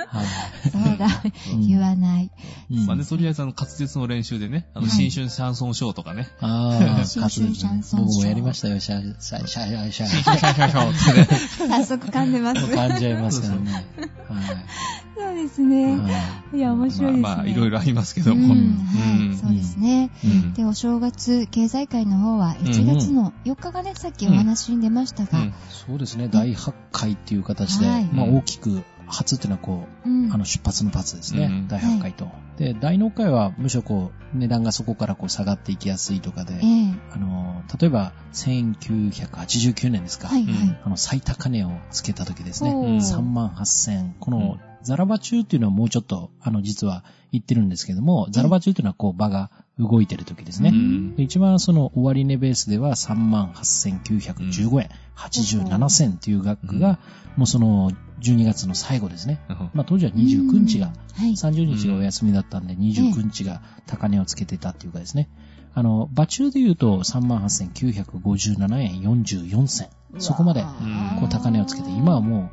はい
そうだ、
うん
言わない。
うん
うん
まあね、とりあえずあの、滑舌の練習でね、あ
は
の、
い
新春シャンソンショーとか ね、
ああ、
新
カツ
春
で
シ
す
ャン
ね。
ソン
僕
ショ
も
ー
やりましたよ。シャーシャーシャーシャーシャー
シャンシャンシャンシャンってね。
早速噛んでます。そ
感じちゃいますからね。は
うです
い。
ね。
はい
や、面白いですね。
まあ、まあいろい
ろ。
ろありますけ
う
ど
ん、
も。
は
うん
い、そうですね。
うん
で、お正月、経済界の方は、1月の4日がね、さっきお話に出ました
う
が
ん、
い。そうですね。大発会っていう形で
はい、
まあ大きく、初っていうのはこ
う
う、
ん
あの出発の発です
う
ね。
ん
大発会と。で、大納会はむしろこう、値段がそこからこう下がっていきやすいとかで
え、え、
あの、例えば1989年ですか。
はい、はい。
あの、最高値をつけた時ですね。
ほう
3万8000。こ
う
の
ん、
ザラバ中っていうのはもうちょっと、あの、実は言ってるんですけども、ザラバ中っていうのはこう、場が動いてる時ですね。
うん
で一番その終値ベースでは38,915円、87銭という額
うん
が、もうその12月の最後ですね。まあ当時は29日が、
うん、はい。
30日がお休みだったんで29日が高値をつけてたっていうかですね。あの、場中で言うと38,957円44銭。そこまで、こう高値をつけ て、今はもう、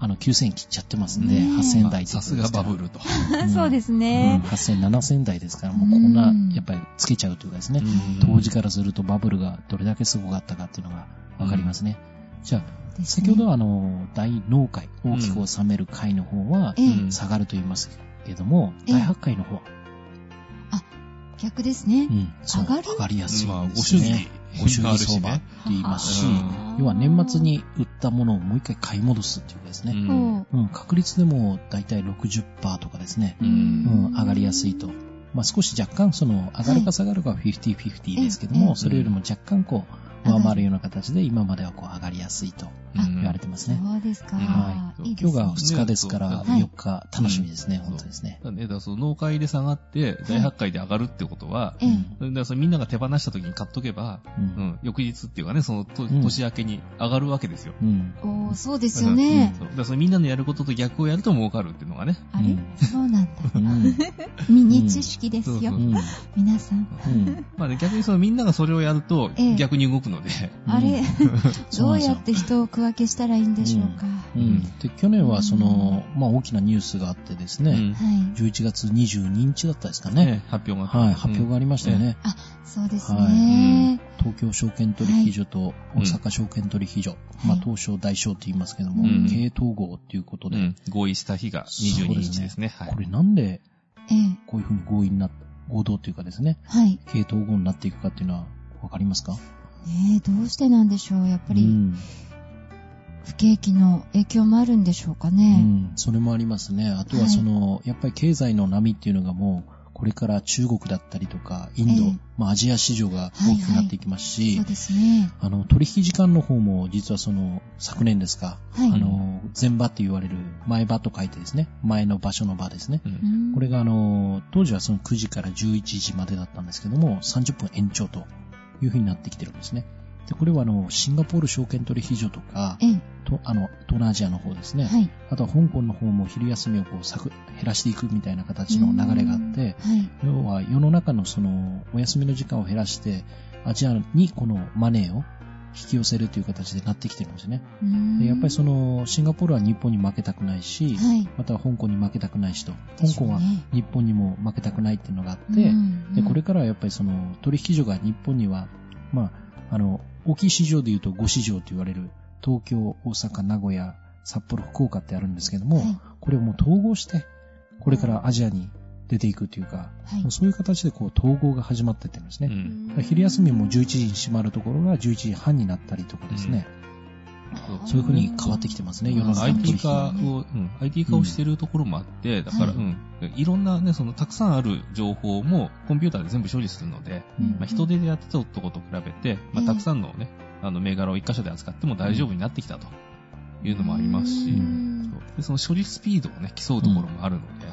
あの、9000円切っちゃってますんで、
ねえ
8000台
さすがバブルと。
うん
そうです
うん
ね。
8000、7000台ですから、もうこんな
うん、
やっぱりつけちゃうというかですね、
うん
当時からするとバブルがどれだけすごかったかっていうのがわかりますね。じゃあ、
ですね
先ほどはあの、大納会、大きく収める会の方は
ええ
うん
下がると言いますけども、
ええ
大発会の方は、
逆ですね
う。ん、そう
上がる
上がりやすい
まあ、
んで
ご
す
祝
ね
儀。。
ご祝儀相
し
場って
ね。
言いますし
うん、
要は年末に売ったものをもう一回買い戻すっていうかですね、
おう
うん、確率でも大体60%とかですね、
うん
うん、上がりやすいと。まあ、少し若干その、上がるか下がるかは50-50ですけど
えええ
も、
え
それよりも若干こう、上回るような形で今まではこう上がりやすいと
あ
言われてますね。
そうですか。
はい
いいで
今
す
日
ね
が2日ですから、4日楽しみですね、
うん
本当ですね。
だね、だからその農会で下がって、大発会で上がるってことは、
ええ
だからそのみんなが手放した時に買っとけば、
う
うんん、翌日っていうかね、そのと
うん
年明けに上がるわけですよ。
うん
おーそうですよね
だ。からうんそうだからそのみんなのやることと逆をやると儲かるっていうのがね。
あれそうなんだ。
うん
ミニ知識です
うんそう
よ
う
そ
ん。。うん
皆さん。
うん
まあね、逆にそのみんながそれをやると
ええ
逆に動くので、
あれ、
そ
ど
うなん
う
ですよ
やって人を区分けしたらいいんでしょうか。
うんで去年はその、まあ、大きなニュースがあってです
う
ね、
ん
はい。
11月22日だったですかね。
ね発表があって
はい、発表がありましたよね。
あ、そうです
はい
ね。
東京証券取引所と大
うん
阪証券取引所、
い
まあ東証大証って言いますけども、
うん
経営統合っていうこと
う
で、
ん合意した日が22日ですね。はい
これなんで
ええ。
こういうふうに合意になっ合同というかですね、
はい。
経営統合になっていくかっていうのはわかりますかやっ
ねえ、どうしてなんでしょう。やっぱ
う
り、
ん
不景気の影響もあるんでしょうか
う
ね。
んそれもありますね。あとは
はい
その、やっぱり経済の波っていうのがもう、これから中国だったりとか、インド、
ええ
まあアジア市場が大きくなっていきますし、
そうですね。
あの、取引時間の方も、実はその、昨年ですか、
はい。
あの、前場って言われる、前場と書いてですね、前の場所の場ですね。
うん
うん
これがあの、当時はその9時から11時までだったんですけども、30分延長というふうになってきてるんですね。で、これはあの、シンガポール証券取引所とか、
え
とあの、東南アジアの方です
え、
ね。
はい。
あとは香港の方も昼休みをこう、削減らしていくみたいな形の流れがあって、
うんはい。
要は世の中のその、お休みの時間を減らして、アジアにこのマネーを引き寄せるという形でなってきてるんですね。
うん
でやっぱりそ、のシンガポールは日本に負けたくないし、
はい。
または香港に負けたくないしと、
で
香
しょう
港
ね
は日本にも負けたくないっていうのがあって、
うん
でこれからはやっぱりその取引所が日本には、まあ、あの大きい市場でいうと5市場と言われる東京、大阪、名古屋、札幌、福岡ってあるんですけども、
はい
これをもう統合して、これからアジアに出ていくというか、
はい
もうそういう形でこう統合が始まっていってるんですね。
うん
だから昼休みも11時に閉まるところが11時半になったりとかですね、
うん
そういうふうに変わってきてますね、
うん
世の中の
IT
取引
化を、うん、IT 化をしてるところもあって、だから、
はい
うん、いろんなね、その、たくさんある情報もコンピューターで全部処理するので、
うん
まあ、人手でやってたとこと比べて、まあ、たくさんのね、あの、銘柄を一箇所で扱っても大丈夫になってきたというのもありますし、
うん
そうでその処理スピードをね、競うところもあるので、
ええ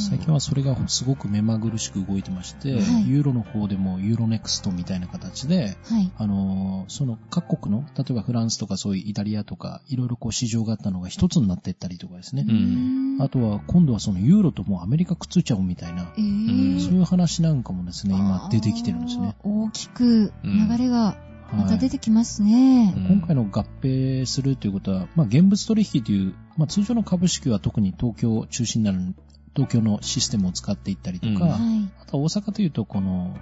最近はそれがすごく目まぐるしく動いてまして、
はい
ユーロの方でもユーロネクストみたいな形で、
はい。
あのーその各国の、例えばフランスとかそういうイタリアとか、いろいろこう市場があったのが一つになっていったりとかですね。
ん
あとは今度はそのユーロともうアメリカくっついちゃおうみたいな、
ええ
ん
そういう話なんかもですね、今出てきてるんですね。
あー大きく流れがま
は
た
い
出てきますね。
うん
今回の合併するということは、まあ、現物取引という、まあ、通常の株式は特に東京中心になる、東京のシステムを使っていったりとか、
うん
はい。
あとは大阪というと、この、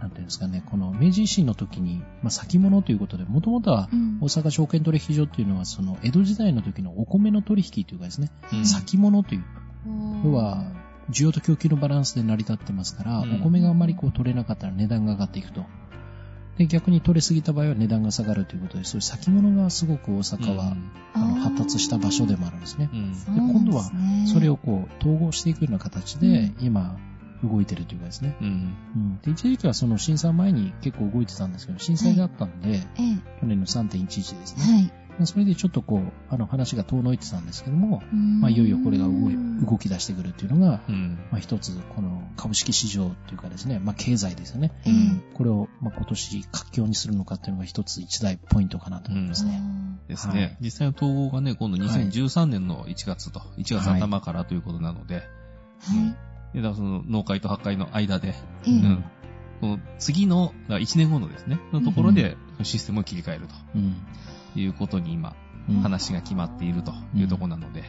なんていうんですかね、この明治維新の時に、まあ、先物ということで、もともとは
うん
大阪証券取引所というのは、その江戸時代の時のお米の取引というかですね、
うん
先物という、
おー
要は、需要と供給のバランスで成り立ってますから、
うん
お米があまりこう取れなかったら値段が上がっていくと。で、逆に取れすぎた場合は値段が下がるということで、そういう先物がすごく大阪は、あの発達した場所でもあるんですね
う。ん
そうなんですね
それをこう統合していくような形で、今、動いてるというかですね。
うん
うん、で一時期はその震災前に結構動いてたんですけど、震災があったんで、
ええ
去年の3.11ですね。
はい。
それでちょっとこう、あの話が遠のいてたんですけども、
ま
まあ、いよいよこれが動い動き出してくるっていうのが、
うん
まあ、一つ、この株式市場というかですね、まあ、経済ですよね。
ええ
うん
これを、まあ、今年活況にするのかっていうのが一つ一大ポイントかなと思いますね。
ですね、
はい
実際の統合がね、今度
はい
2013年の1月と、1月頭からということなので、
あーはい。
でだからその農会と破壊の間で、
ええ
うんこの次の、だから1年後のですね、のところでシステムを切り替える
うん。
ということに今、
うん。
話が決まっているというところなので、
や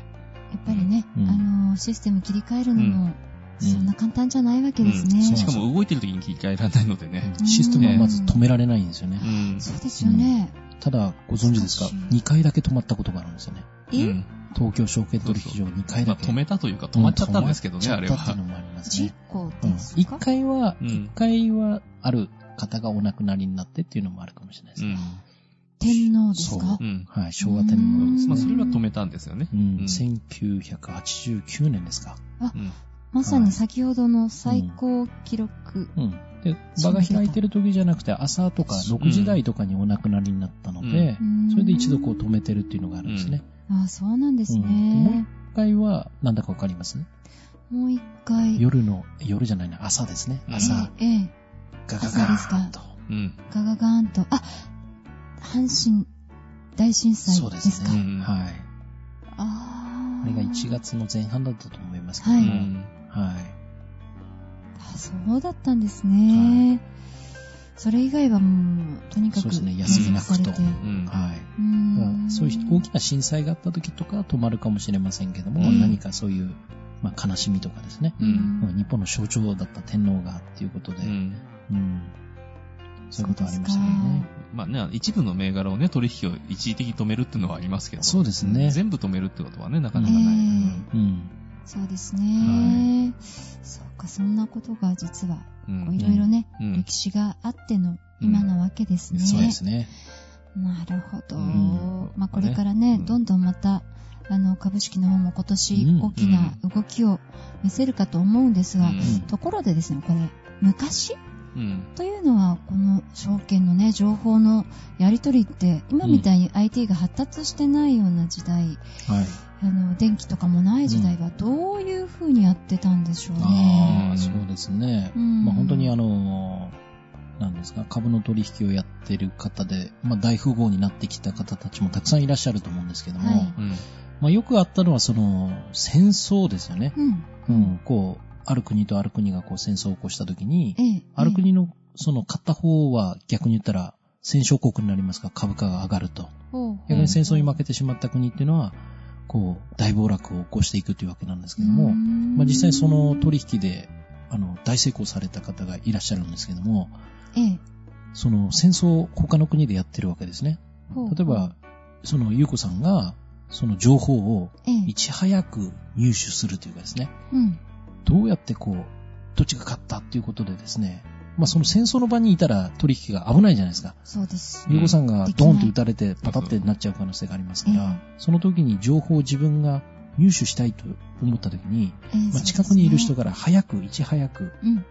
っぱりね、
うん
あのーシステム切り替えるのも、
うん
そんな簡単じゃないわけ
うん
ですね。
うん
しかも動いてる時に切り替えられないのでね。
システムはまず止められないんですよね
う。ん。
そうですよね。
ただ、ご存知ですか
難しい
?2 回だけ止まったことがあるんですよね。
う
え
ん
東京証券取引所2回
ま
だ
あ、
け。
止めたというか止まっちゃったんですけどね、
うん
あれ
止まっちゃったっていう。
は
のもあります
事
ね。
故
うん
ですか、
1回は、
うん
1回はある方がお亡くなりになってっていうのもあるかもしれないで
う
すね。
ん。
天皇ですか
うん。
はい、昭和天皇です
まあ、
ね
そ。れは止めたんですよね
う。、
うんん
1989年ですか。
うん。
まさに先ほどの最高記録。
うん。で、場が開いてる時じゃなくて、朝とか6時台とかにお亡くなりになったので、
うん
それで一度こう止めてるっていうのがあるんですね。
ああ、そうなんです
うんもう
ね。
一回は、なんだかわかります
もう一回。
夜の、夜じゃないな、朝ですね。
うん
朝、
ええ、
ガガガーンと。
うん。
ガガガーンと。あ、阪神大震災
そうで
です
す
か。
ね。
うん
はい。
ああ。
これが1。月の前半だったと思いますけ
は
ど
い
うん
も、はい。
あそうだったんですね。それ以外はもう、とにかく。
そうですね休みなくと
されてう
う
はい。
ん。
だから
ん
そういう大きな震災があった時とかは止まるかもしれませんけども、
うん
何かそういう、まあ、悲しみとかですね、
う
まあ
ん
日本の象徴だった天皇がっていうことで、
う
うん
ん。
そういうことはありましたよね。
まあね、一部の銘柄をね、取引を一時的に止めるっていうのはありますけど。
そうですね
全部止めるってことはね、なか
え
な
え
かない。
うん
そうですね、
は
そうか、そんなことが実は、
うん
こういろいろね、
うん
歴史があっての今なわけですね。
そうですね。
なるほど。
うん
まあ、これからね、
うん
どんどんまた、あの、株式の方も今年
うん
大きな動きを見せるかと思うんですが、
うん
ところでですね、これ、昔
うん。
というのは、この証券のね、情報のやり取りって、今みたいに IT が発達してないような時代、
はい。
あの、電気とかもない時代はどういう風にやってたんでしょうね。
ああ、そうですね。
うん
まあ、本当にあのーなんですか、株の取引をやってる方で、まあ、大富豪になってきた方たちもたくさんいらっしゃると思うんですけども、
はい
うん。
まあ、よくあったのは、その、戦争ですよね。
うん。
うん、こう、ある国とある国がこう戦争を起こしたときに、
ええ。
ある国のその勝った方は逆に言ったら戦勝国になりますから株価が上がると。
ほうほう
逆に戦争に負けてしまった国っていうのは、こう、大暴落を起こしていくというわけなんですけども、
うん
まあ実際その取引で、あの、大成功された方がいらっしゃるんですけども、
ええ
その戦争を他の国でやってるわけですね。
ほうほう
例えば、その優子さんが、その情報を
ええ
いち早く入手するというかですね、
うん
どうやってこう、どっちが勝ったっていうことでですね、まあその戦争の場にいたら取引が危ないじゃないですか。
そうです。
うん
ゆうこさんがドーンと撃たれて
な
パ
い
タってなっちゃう可能性がありますから、
うん
その時に情報を自分が入手したいと思った時に、
ええ
まあ、近くにいる人
が。
から早く、いち早く、
うんうん。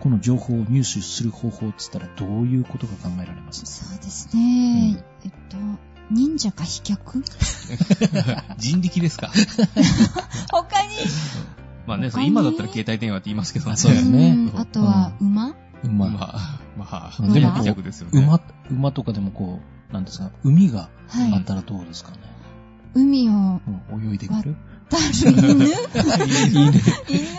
この情報を入手する方法って言ったらどういうことが考えられます
そうですね。えっと、忍者か飛脚
人力ですか。
他に
まあね、そ
他
う
に
今だったら携帯電話って言いますけどね。
あそうですね
んあとは馬
馬、
まあ、ま
ま
あ、
あ
でも
まあ逆ですよね。
馬、馬とかでもこう、なんですか、海が
は
あ
い
っ。たらどうですかね。
海を
うん泳いでくる
渡る 犬
犬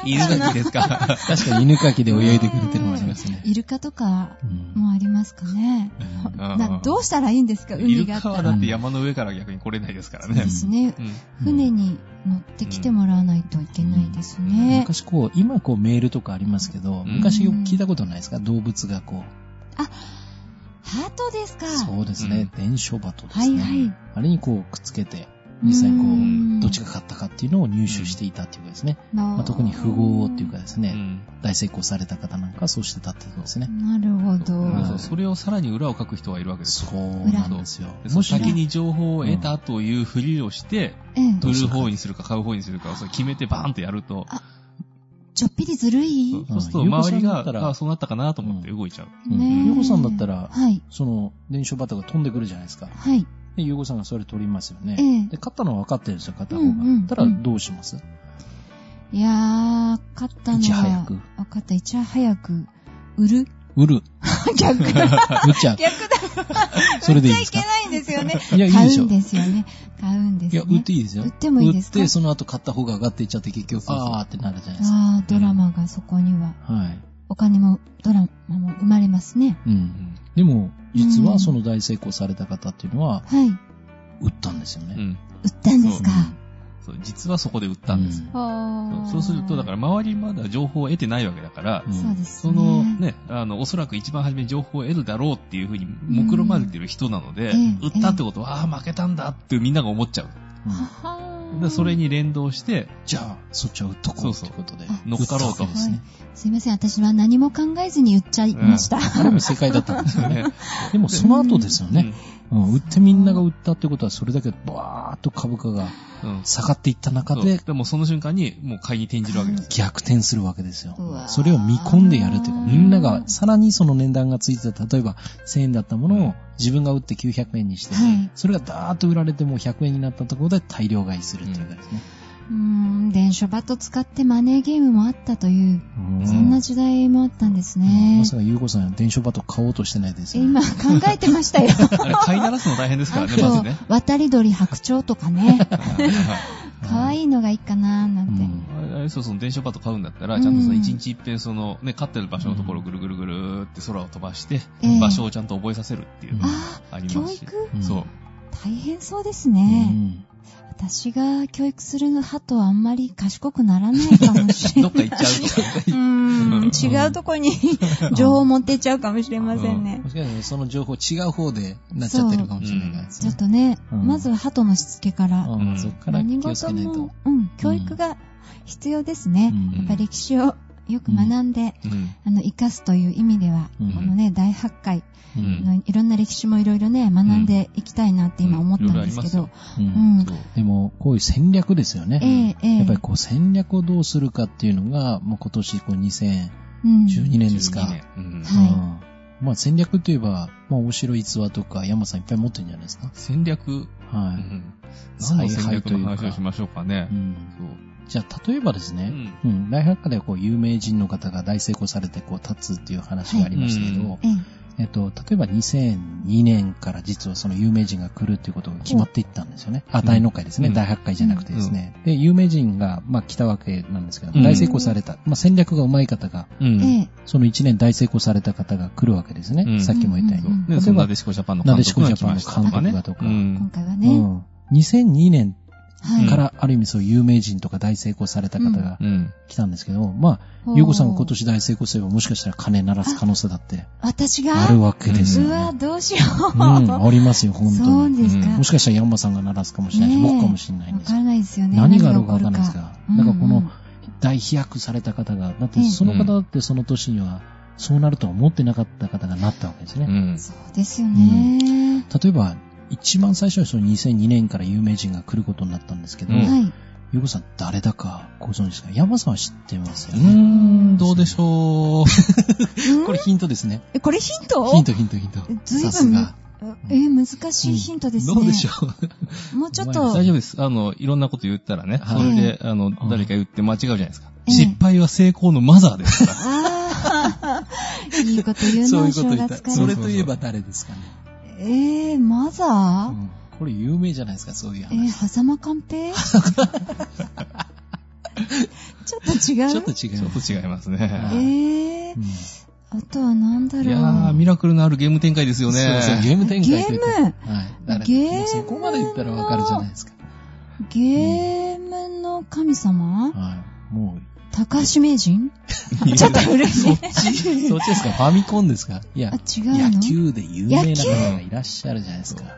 犬
犬
か
が
な
きですか。
確かに犬かきで泳いでくれてるのもありますね。
イルカとか
うん
もありますかね。
うん
あー
などうしたらいいんですか
イ
海
ル
があった
カは
ら。
だって山の上から逆に来れないですから
そう
ね
で。すね。
うん。
船に乗ってきてもらわないといけないですね。
昔こう、今こうメールとかありますけど、
ん
昔よく聞いたことないですか動物がこう。
ハートですか。
そうですね。伝書鳩で
は
す
い
ね。
はい。
あれにこうくっつけて、実際こう、
ん
どっちが勝ったかっていうのを入手していたっていうかですね。まあ特に富豪っていうかです
う
ね、
ん。
大成功された方なんかはそうしてたってことですね。
なるほ
まあそ
ど。
うそれをさらに裏を書く人はいるわけですよ。
そうなんですよ。
でそ
も
の
しね
先に情報を得たというふりをして、
ええ
売る方にするか買う方にするかをそれ決めてバーンとやると、
ちょっぴりずる
そう
い
そうすると
うん
周
ゆ
り
うこさんだったら
が、ああ、そうなったかなと思って動いちゃう。
うん
ねえ
ゆうこさんだったら
はい。
その伝書鳩が飛んでくるじゃないですか。
はい。
で、ゆうこさんがそれ取りますよね。
ええ
で、勝ったのは分かってるんですよ、片方
うんうんうん
が。たらどうします
いやー、勝ったのは。
いち早く。
分かった、いち早く。売 る
売る。
逆だ。
売っちゃう。
逆だ。
それでいい
売
で
っ
す
ちゃ
か
いけないんですよね。
いや、いいで
買
し
う
ょ
ん。ですよね。買うんで
い
す
や、
よ
売
ね
っ。ていいですよ。
売ってもいいですか
売って、その後買った方が上がっていっちゃって結局、
そうそう
あーってなるじゃないですか。
あー、ドラマがそこには
はい。
起他にもドラマも生まれますね。
うん。でも、実はその大成功された方っていうのは、
はい。売
売ったんですよね。
うん。
ったんですか。
そう、実はそこで売ったんです。
あー
そうそうすると、だから周りまだ情報を得てないわけだから、
うん
そうです
そ
ね。
のね、あの、おそらく一番初めに情報を得るだろうっていうふうに目論まれてる人なので、
うん
売ったってことは、ああー、負けたんだってみんなが思っちゃう。
うん
は
でそれに連動して、
じゃあ、そっちは売っとこうということで。
そうそう
乗っかろうと
売ったわけですね。
すいません、私は何も考えずに売っちゃいました。
でも正解だったんですよね。
ね
でもその後ですよね。うん、売ってみんなが売ったってことは、それだけバーっと株価が
うんうん
下がっていった中
そう
で
でもその瞬間にもう買いに転じるわけ です。
逆転するわけですよ
うわ。ー
それを見込んでやるというか、みんながさらにその値段がついてた、例えば1000円だったものを自分が売って900円にして、
はい
それがダーッと売られてもう100円になったところで大量買いするというかですね。
うーん、電書バット使ってマネーゲームもあったという、
う
そんな時代もあったんですね
ま。さか優子さんは電書バト買おうとしてないですよね。
今考えてましたよ。
あれ、買い鳴らすの大変ですから
あ
ね、まず ね。
と、渡り鳥白鳥とかね、可愛いのがいいかな、なん
う
て。
ん
あれあれそう、その電車バット買うんだったら、ちゃんとその一日一遍その、ね、飼ってる場所のところをぐるぐるぐるーって空を飛ばして
ええ、
場所をちゃんと覚えさせるっていうのが
あ
あ
あ、
り
教
ますし。
育
うん
そう。
大変そうです
う
ね。
ん
私が教育する派とはあんまり賢くならないかもしれ
ど
な
っ
い。
か行っちゃうとかね。
うーん、違うとこに 情報を持ってっちゃうかもしれませんね
も。しかしたらその情報違う方でなっちゃってるかもしれないです
ちょ
ね
っ。とね、
うん
まずは鳩のしつけから。
うんそっから気
何
をつ
事
けないと。
も、うん、教育が必要ですね。
うん
やっぱ歴史をよく学んで、
うん。
あの、生かすという意味では、
うん
このね、大発会
う
うん
ん
のいろんな歴史もいろいろね、学んでいきたいなって今思ったんですけ
う
ど
ん、
うん
うん
そう
でも、こういう戦略ですよ
え
ね。
え、ええ、
やっぱりこう戦略をどうするかっていうのが、もう今年こう2012
うん
年ですか。
12年うん
はい
うんまあ戦略といえば、まあ大城逸話とか山さんいっぱい持ってるんじゃないですか。
戦略、う
はい。
ん何の戦略の話をしましょうかね
う。ん
そう
じゃあ例えばです
う
ね、
ん
うん、ライフハッカーではこう有名人の方が大成功されてこう立つっていう話がありましたけど、
はい
ええ、
えっと、例えば2002年から実はその有名人が来るっていうことが決まっていったんですよね。あ、大納会ですね。
うん
大発会じゃなくてですね。で、有名人が、まあ、来たわけなんですけど、
うん
大成功された。まあ、戦略が上手い方が、
うん
ええ、
その1年大成功された方が来るわけですね。
うん
さっきも言ったように。
うん
ね、そのなでしこジャパンの監督が来ましたとか
なでしこジャパンの監
ね。
督がとか
今回は
う
ね、
ん2002年
はい。
からある意味そう有名人とか大成功された方が
うん。
来たんですけど、まあ、ゆうこさんが今年大成功すればもしかしたら金鳴らす可能性だって
私が
あるわけですよ
う
ね。
わ、どうしよ
う
う。
ん、ありますよ、本
そ
当
う
に。
ですか。
うん
もしかしたらヤンマさんが鳴らすかもしれないし、
ねえ
僕かもしれないん
わ
です
か
よ
らないですよね。
何があるかわかんないですから。
何
だ
が
か
起こ
らこ
る
の大飛躍された方が、だってその方だってその年にはそうなるとは思ってなかった方がなったわけです
う
ね。
ん
うん。そうですよね。
例えば、一番最初はその2002年から有名人が来ることになったんですけど、
うん
はい。
ゆうこさん誰だかご存知ですかヤンマさんは知ってますよ
う
ね。
ん、どうでしょう。
うん
これヒントですね。
えこれヒント
ヒントヒントヒント。
ずいぶ
さ
ん
すが。
え、難しいヒントですね。
どうでしょう。
もうちょっ
お
と
大、丈夫です。あの、いろんなこと言ったらね、
はい
それで、あの、誰か言って間違うじゃないですか。
ええ
失敗は成功のマザーですから。
ああ、 いいこと言うな、正月か
そ
ら
れ。といえば誰ですかね。
えー、マザー、
うんこれ有名じゃないですか、そういう
えー、
話。
狭間寛 平ちょっと違う
ちょっと違
ち
う
ょっ。と違いますね。
えー、あとは何だろう。
いやー、ミラクルのあるゲーム展開ですよね。
そうそうゲーム展開というか。
ゲーム
はい。だから
ゲーム
もうそこまで言ったらわかるじゃないですか。
ゲームの神様、
はい。も
高橋名人
う。
ちょっと古いね
そっち、そっちですかファミコンですかいや
あ、、違うの
野球で有名
野
な
球
方がいらっしゃるじゃないですか。もう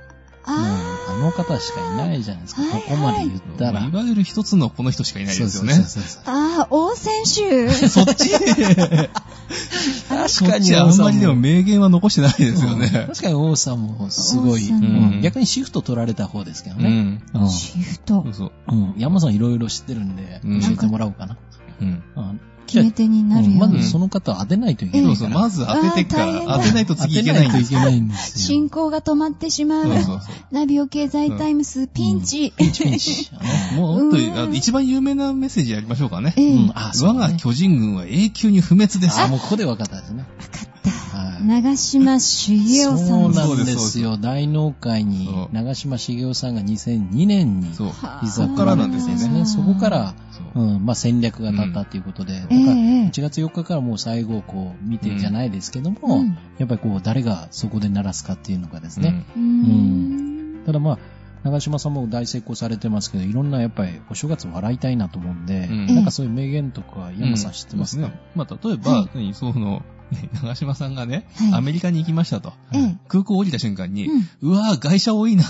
あ
あの方しかいないじゃないですか。
はいはい
ここまで言ったら。
いわゆる一つのこの人しかいないですよね。
そうそうそう
ー、あー、王選手。
そっち
そう
確かにあんまりでも名言は残してないですよ
うん
ね。
確かに王さんもすごい。
王さん
も
うん逆にシフト取られた方ですけど
う
ね。
ん。
うん
シフト
そう。そう。
うん。山さんいろいろ知ってるんで、
うん
教えてもらおうかな。
うん。
うん
決め手になるよ
ま
う
ず
に。
その方を当てないといけ
そ
な
う
い
そ
か
う。
ら。
まず当ててっか
あー大変
ら、
だ
当てないと次いけないん
当てない
です
といけないんですよ。
進行が止まってしまう。
そうそうそう。
ナビオ経済タイムス、ピンチ。
ピンチピンチ。あのもう、
もう、ほんと
う
に
ん
あの一番有名なメッセージやりましょうかね。
ええ、
うん
分か
あ、そう
我
ね
が巨人軍は永久に不滅です。
あ、もうここで分かったですね。
った。
はい。
長嶋茂雄さん
で
ですす。
そうなんですよ。大納会に
そう
長嶋茂雄さんが2002年に
そう。
はあ
膝
こっからなんですよね
そこか。ら、
そう
うん、まあ戦略が立ったということで、
ええ
だから
ええ
1月4日からもう最後をこう見てじゃないですけども、
うん
やっぱりこう誰がそこで鳴らすかっていうのがです
う
ね、
う
ん
ーん。
ただまあ、長嶋さんも大成功されてますけど、いろんなやっぱりお正月笑いたいなと思うんで、
うん
なんかそういう名言とか、山さん知ってますか、
うんそうですね。まあ、例え
は
ば、何その、ね長嶋さんがね、
はい
アメリカに行きましたと。
ええ。
空港降りた瞬間に、
うん。
うわぁ、外車多いな。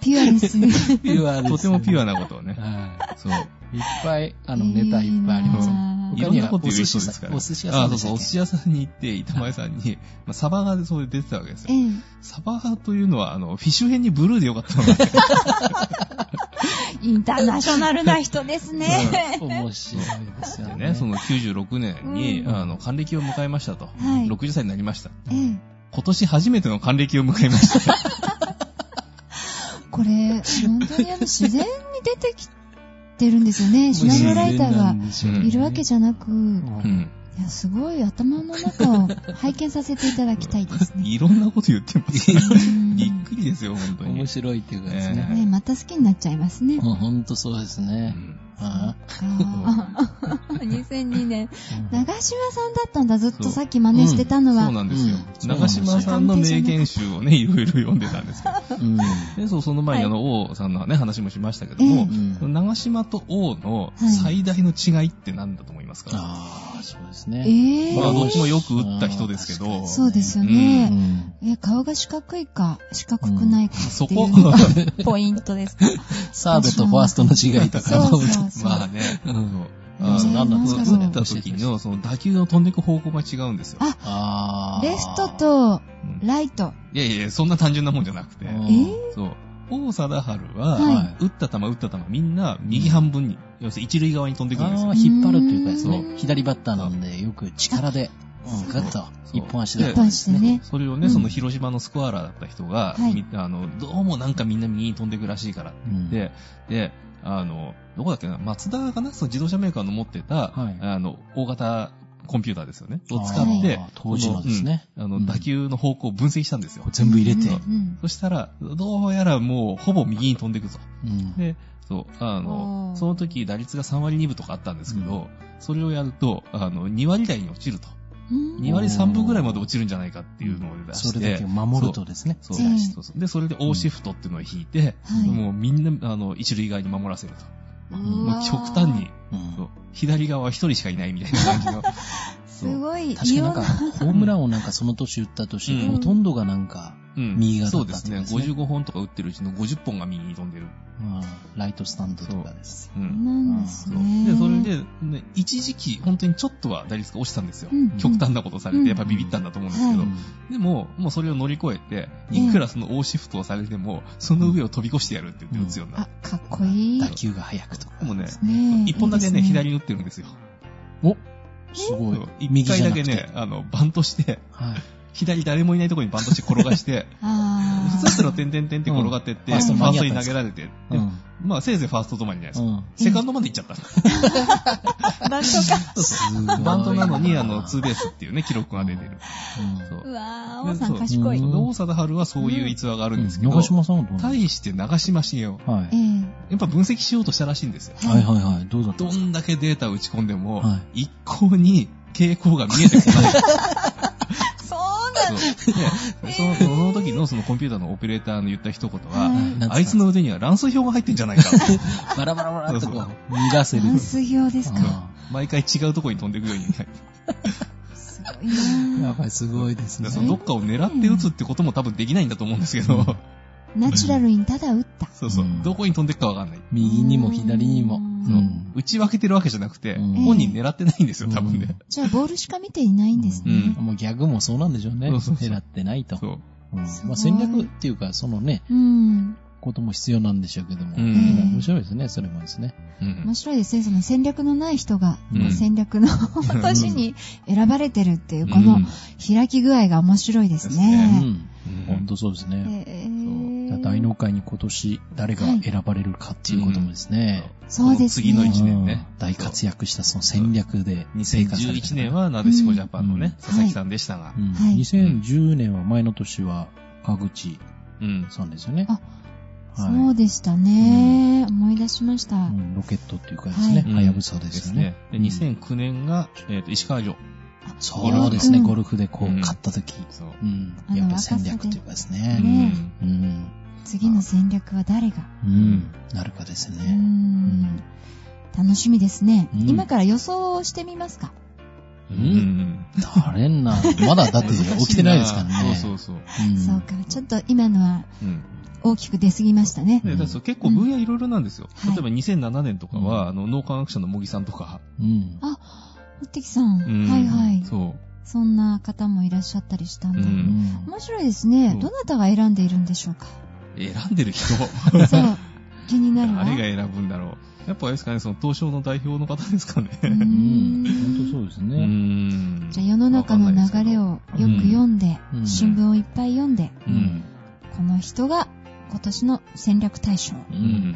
ピュアです ね。
ピュアです
とてもピュ
ア。
アなことをね。
はい
そう。
いっぱい、あの、ネタいっぱいあります。
いい
い
な
他
ろん
に
な
は
こと
お
言う
寿
人
司
で
さ
すか
ん
ら。
お寿司屋さん
あ、そ
で
う
した
そう、
っ
お
け
寿司屋さんに行って、板前さんに、まあ、サバがそれ出てたわけですよ。
ええ。
サバというのは、あの、フィッシュ編にブルーでよかったので。
インターナショナルな人ですね。
面白いですよね。
ね、その96年に、
うん
あの、還暦を迎えましたと。
はい
60歳になりました。
ええ。
今年初めての還暦を迎えました。
これ、本当にあの自然に出てきてるんですよね。シナリオライターがいるわけじゃなく、
う
ゃ
ん。
いや、すごい頭の中を拝見させていただきたいです ね。
いろんなこと言って ます。
うん
びっくりですよ、本当に
面。白いっていうかですね。
ね、また好きになっちゃいますね。
もうほんとそうですね。あ
あー 2002年。
あ
長嶋さんだったんだ、ずっ
そ
と
う
さっき真似してたのは。
そうなんですよ。
うん
長嶋さんの名言集をね、いろいろ読んでたんですけど。
うん
で、そう、その前にあの、王さんのね、話もしましたけども、
うん
長嶋と王の
はい
最大の違いって何だと思いますか、
ああ、そうですね。
ええ
まあ、どっちもよく打った人ですけ
あー確か
ど
に、
そうですよ
う
ね。
ん
え、顔が四角いか、四角くないか
そ
ってい
こ
う、のがポイントですか。
サードとファーストの違いとか。
そうそう そう。
まあね、
うん
あ
そうな
の、
んだ
打
ろう
った時の、その打球の飛んでいく方向が違うんですよ。
あ
あー
レフト、と
うん
ライト。
いやいや、そんな単純なもんじゃなくて
え、
えー
そう。王貞治は、
は
打った球打った球みんな右半分に、要するに一塁側に飛んでくるんですよ
あー。引っ張るというかです
う
ね、
ん
左バッターなんで、よく力で、うんガッと、
そう
一本足で。
一本足でね。
それを
う
ね、
ん
その広島のスコアラーだった人が、
はい
みあの、どうもなんかみんな右に飛んでくらしいからって
うん
言って、で、あの、どこだっけな、松田かなその自動車メーカーの持ってた、
はい
あの、大型コンピューターですよね。を使
は
っ
い
て、
あー当時のですね。
あの、
うん
打球の方向を分析したんですよ。
全部入れて
う。ん
そしたら、どうやらもう、ほぼ右に飛んでくぞ。
うん
で、そう、あの
お、ー
その時打率が3割2分とかあったんですけど、それをやると、あの、2割台に落ちると。
うんうん
2割3分ぐらいまで落ちるんじゃないかっていうのを出して。
それだけ守るとですね。
そう
ええ
そうそうで、それで O シフトっていうのを引いて、
はい
もうみんな、あの、一塁側に守らせると。
う
も
わ
う
ー
極端に、
うん
そう左側は一人しかいないみたい な感じの。
すごい、
確かに
い
な
ろ
ん
ん
か、
な。
ホームランをなんかその年打った年、
うん
ほとんどがなんか、
うん
右側だ
そう
っ
で
たってこ
す
と
ね。
ですね
55本とか打ってるうちの50本が右に飛んでる。
うんライトスタンドとかです。
う。
なんんです
そう
ね。
で、それで、ね、一時期、本当にちょっとは打率が落ちたんですよ。
うん
極端なことされ
うん
て、やっぱビビったんだと思うんですけど、
う
でも、もうそれを乗り越えて、
ええ
いくらその O シフトをされても、その上を飛び越してやるって言って打つようにな
あ
る。、
かっこいい。
打球が速くとか。
もうね、
ねえ
一本だけ
い
ね、
いです
左に打ってるんですよ。
おすごい
そう。
右
一
じ
回
ゃ
だ
なく
け
て
ね、あの、バントして、
はい。
左誰もいないところにバントして転がして、
あー
普通だったら点々点って転がってって、
うん
ファ
ファ
ー
ー
ス
ス
ト
ト
に
に投
投げ
げ
られて、
う
で
ん。
まあせいぜいファースト止まりじゃないですか。
うん
セカンドまで行っちゃった。
なんとか。
すごい
バントなのに、あの、ツーベースっていうね、記録が出てる。
うん
そうう。
わー、王さん賢
う
い。
ん
で王貞治はそういう逸話があるんですけど、
長島さんはどうなんで
対して長島茂雄。
すかは
え
い。
やっぱ分析しようとしたらしいんですよ。
え
はいはいはい。どうだったん
ど
ですか
んだけデータを打ち込んでも、
は
一向に傾向が見えてこ ない。
そうなん
そうでそのその時のそのコンピューターのオペレーターの言った一言
は
は、
い
なんつった
あいつの腕には乱数表が入ってんじゃな いかって。
バラバラバラっとこ
そう
う、逃がせる
ダ。ンス用ですか。
あ
毎回違うとこに飛んでいくようにね。
すご
ー
い
や
な
っぱりすごいです
で
ね。
そのどっかを狙って撃つってことも多分できないんだと思うんですけ
うん
ど、
ナチュラルにただ打った。
そうそう
う、ん
どこに飛んでいくかわかんない。
右にも左にも。
う
うんん。
打ち分けてるわけじゃなくて、
うん
本人狙ってないんですよ、多分
うん
ね。
じゃあ、ボールしか見ていないんです
う
ね
ん。
もうギャグもそうなんでしょうね。
そうそうそう
狙ってないと。
そう。
うん
す
ま
ご
あ
い
戦略っていうか、そのね、
うん。
ことも必要なんでしょうけども。
うん
まあ面白いですね、それもですね。
うん
面白いですね。その戦略のない人が
う、ん
戦略の 年に選ばれてるっていう、この
うん
開き具合が面白いです
え
う
ね。
ん。ほんとそうですね。
え
だっ大納会に今年誰が選ばれるかっていうこともですね、
そうですね
次の1年ね
うん。大活躍したその戦略で成果されてた
2011年はなでしこジャパンの
うん
ね、佐々木さんでしたが
う。ん
はい
2010年は前の年は川口
うん。
さんですよね。
あ
はい
そうでしたね。思い出しました。
うんロケットっていうかですね、
はい
はやぶさですよね。
で2009年が、えっと、石川城。
そうですね、
うん
ゴルフでこう
うん
勝った時、
そう。
うん
あの
やっぱ戦略というかですね。
ね
うん。
次の戦略は誰が
うん。なるかです
うー
ね。
ん楽しみですね
う。ん
今から予想をしてみますか。
う
うんん
うん。
誰なのまだだって 起きてないですからね。
そうそうそう。
うん
そうか。ちょっと今のは
うん。
大きく出すぎましたね。
で、だからそう結構分野いろいろなんですよ。
うん
例えば2007年とか
うん
は、あの、脳幹アクションの茂木さんとか。
うん。
あ、ホッテキさん。
うん
はいはい。
そ
そんな方もいらっしゃったりしたんだ。
うん
面白いですね
う。ん
どなたが選んでいるんでしょうか。
う。選んでる人。
そう。気になるわ。
誰が選ぶんだろう。やっぱあれですかね、その東証の代表の方ですかね。
う
うんん。本当そうです
うー
ね。
ん
じゃあ世の中の流れを
わ
よく読んで、
うん
新聞をいっぱい読んで、
かんないです
この人が今年の戦略大賞。
う。
けど。うん。うんん。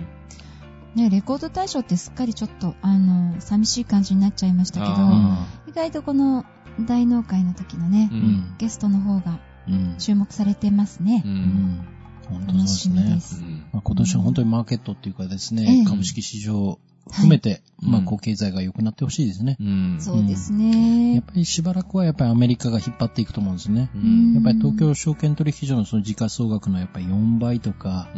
ね、レコード大賞ってすっかりちょっと、あの、寂しい感じになっちゃいましたけど、
あ
意外とこの大納会の時のね、
う
ーうんん。
ゲストの方が
うん。
注目されてますね
う。。
うんん本当そう
楽
で
し
す
みで
ね。
す。
まあ今年は本当にマーケットっていうかです
ええ
ね、株式市場含めて、
い
まあ
うん
こう経済が良くなってほしいですね。
うん。
そうです
やっ
ね。
ぱりしばらくはやっぱりアメリカが引っ張っていくと思うんですね。
うん。
やっぱり東京証券取引所のその時価総額のやっぱり4倍とか、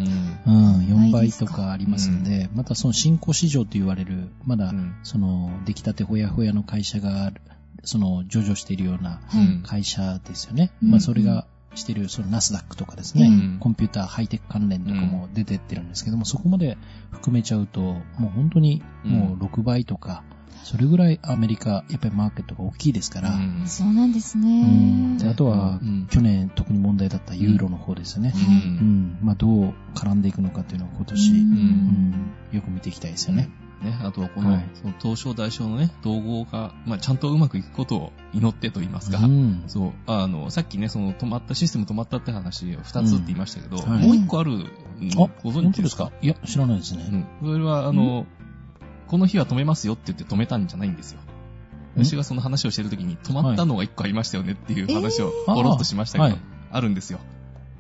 うん。
うん、
倍
4
で
倍
すか
とかありますんで、またその新興市場と言われる、まだその出来たてほやほやの会社がある、その上場しているような
は
う
い
ん。
会社ですよね。
うん
まあそれがしてるそのナスダックとかです
う
ね、
ん
コンピューターハイテク関連とかも出てってるんですけども、そこまで含めちゃうと、もう本当にもう6倍とか、それぐらいアメリカ、やっぱりマーケットが大きいですから、
うん
そうなんです
うん
ね。
であとは、
うん
去年特に問題だったユーロの方ですね。。
はいう
ん。まあ、どう絡んでいくのかっていうのを今年、
うん
うんよく見ていきたいですよね。
ね、あとはこの、
はい
その東証代表のね、統合が、まあ、ちゃんとうまくいくことを祈ってと言いますか、
うん
そう、あの、さっきね、その止まった、システム止まったって話を2つって言いましたけど、
うんはい
もう1個ある、うん
あ、
ご
本
存
当
知
で
で
すす
か
かいや、知らないです
う
ね。
ん。それは、あの、この日は止めますよって言って止めたんじゃないんですよ。
うん
私がその話をしてる時に止まったのが1個ありましたよねっていう話を
えー
ポロッとしましたけど、
はい
あるんですよ。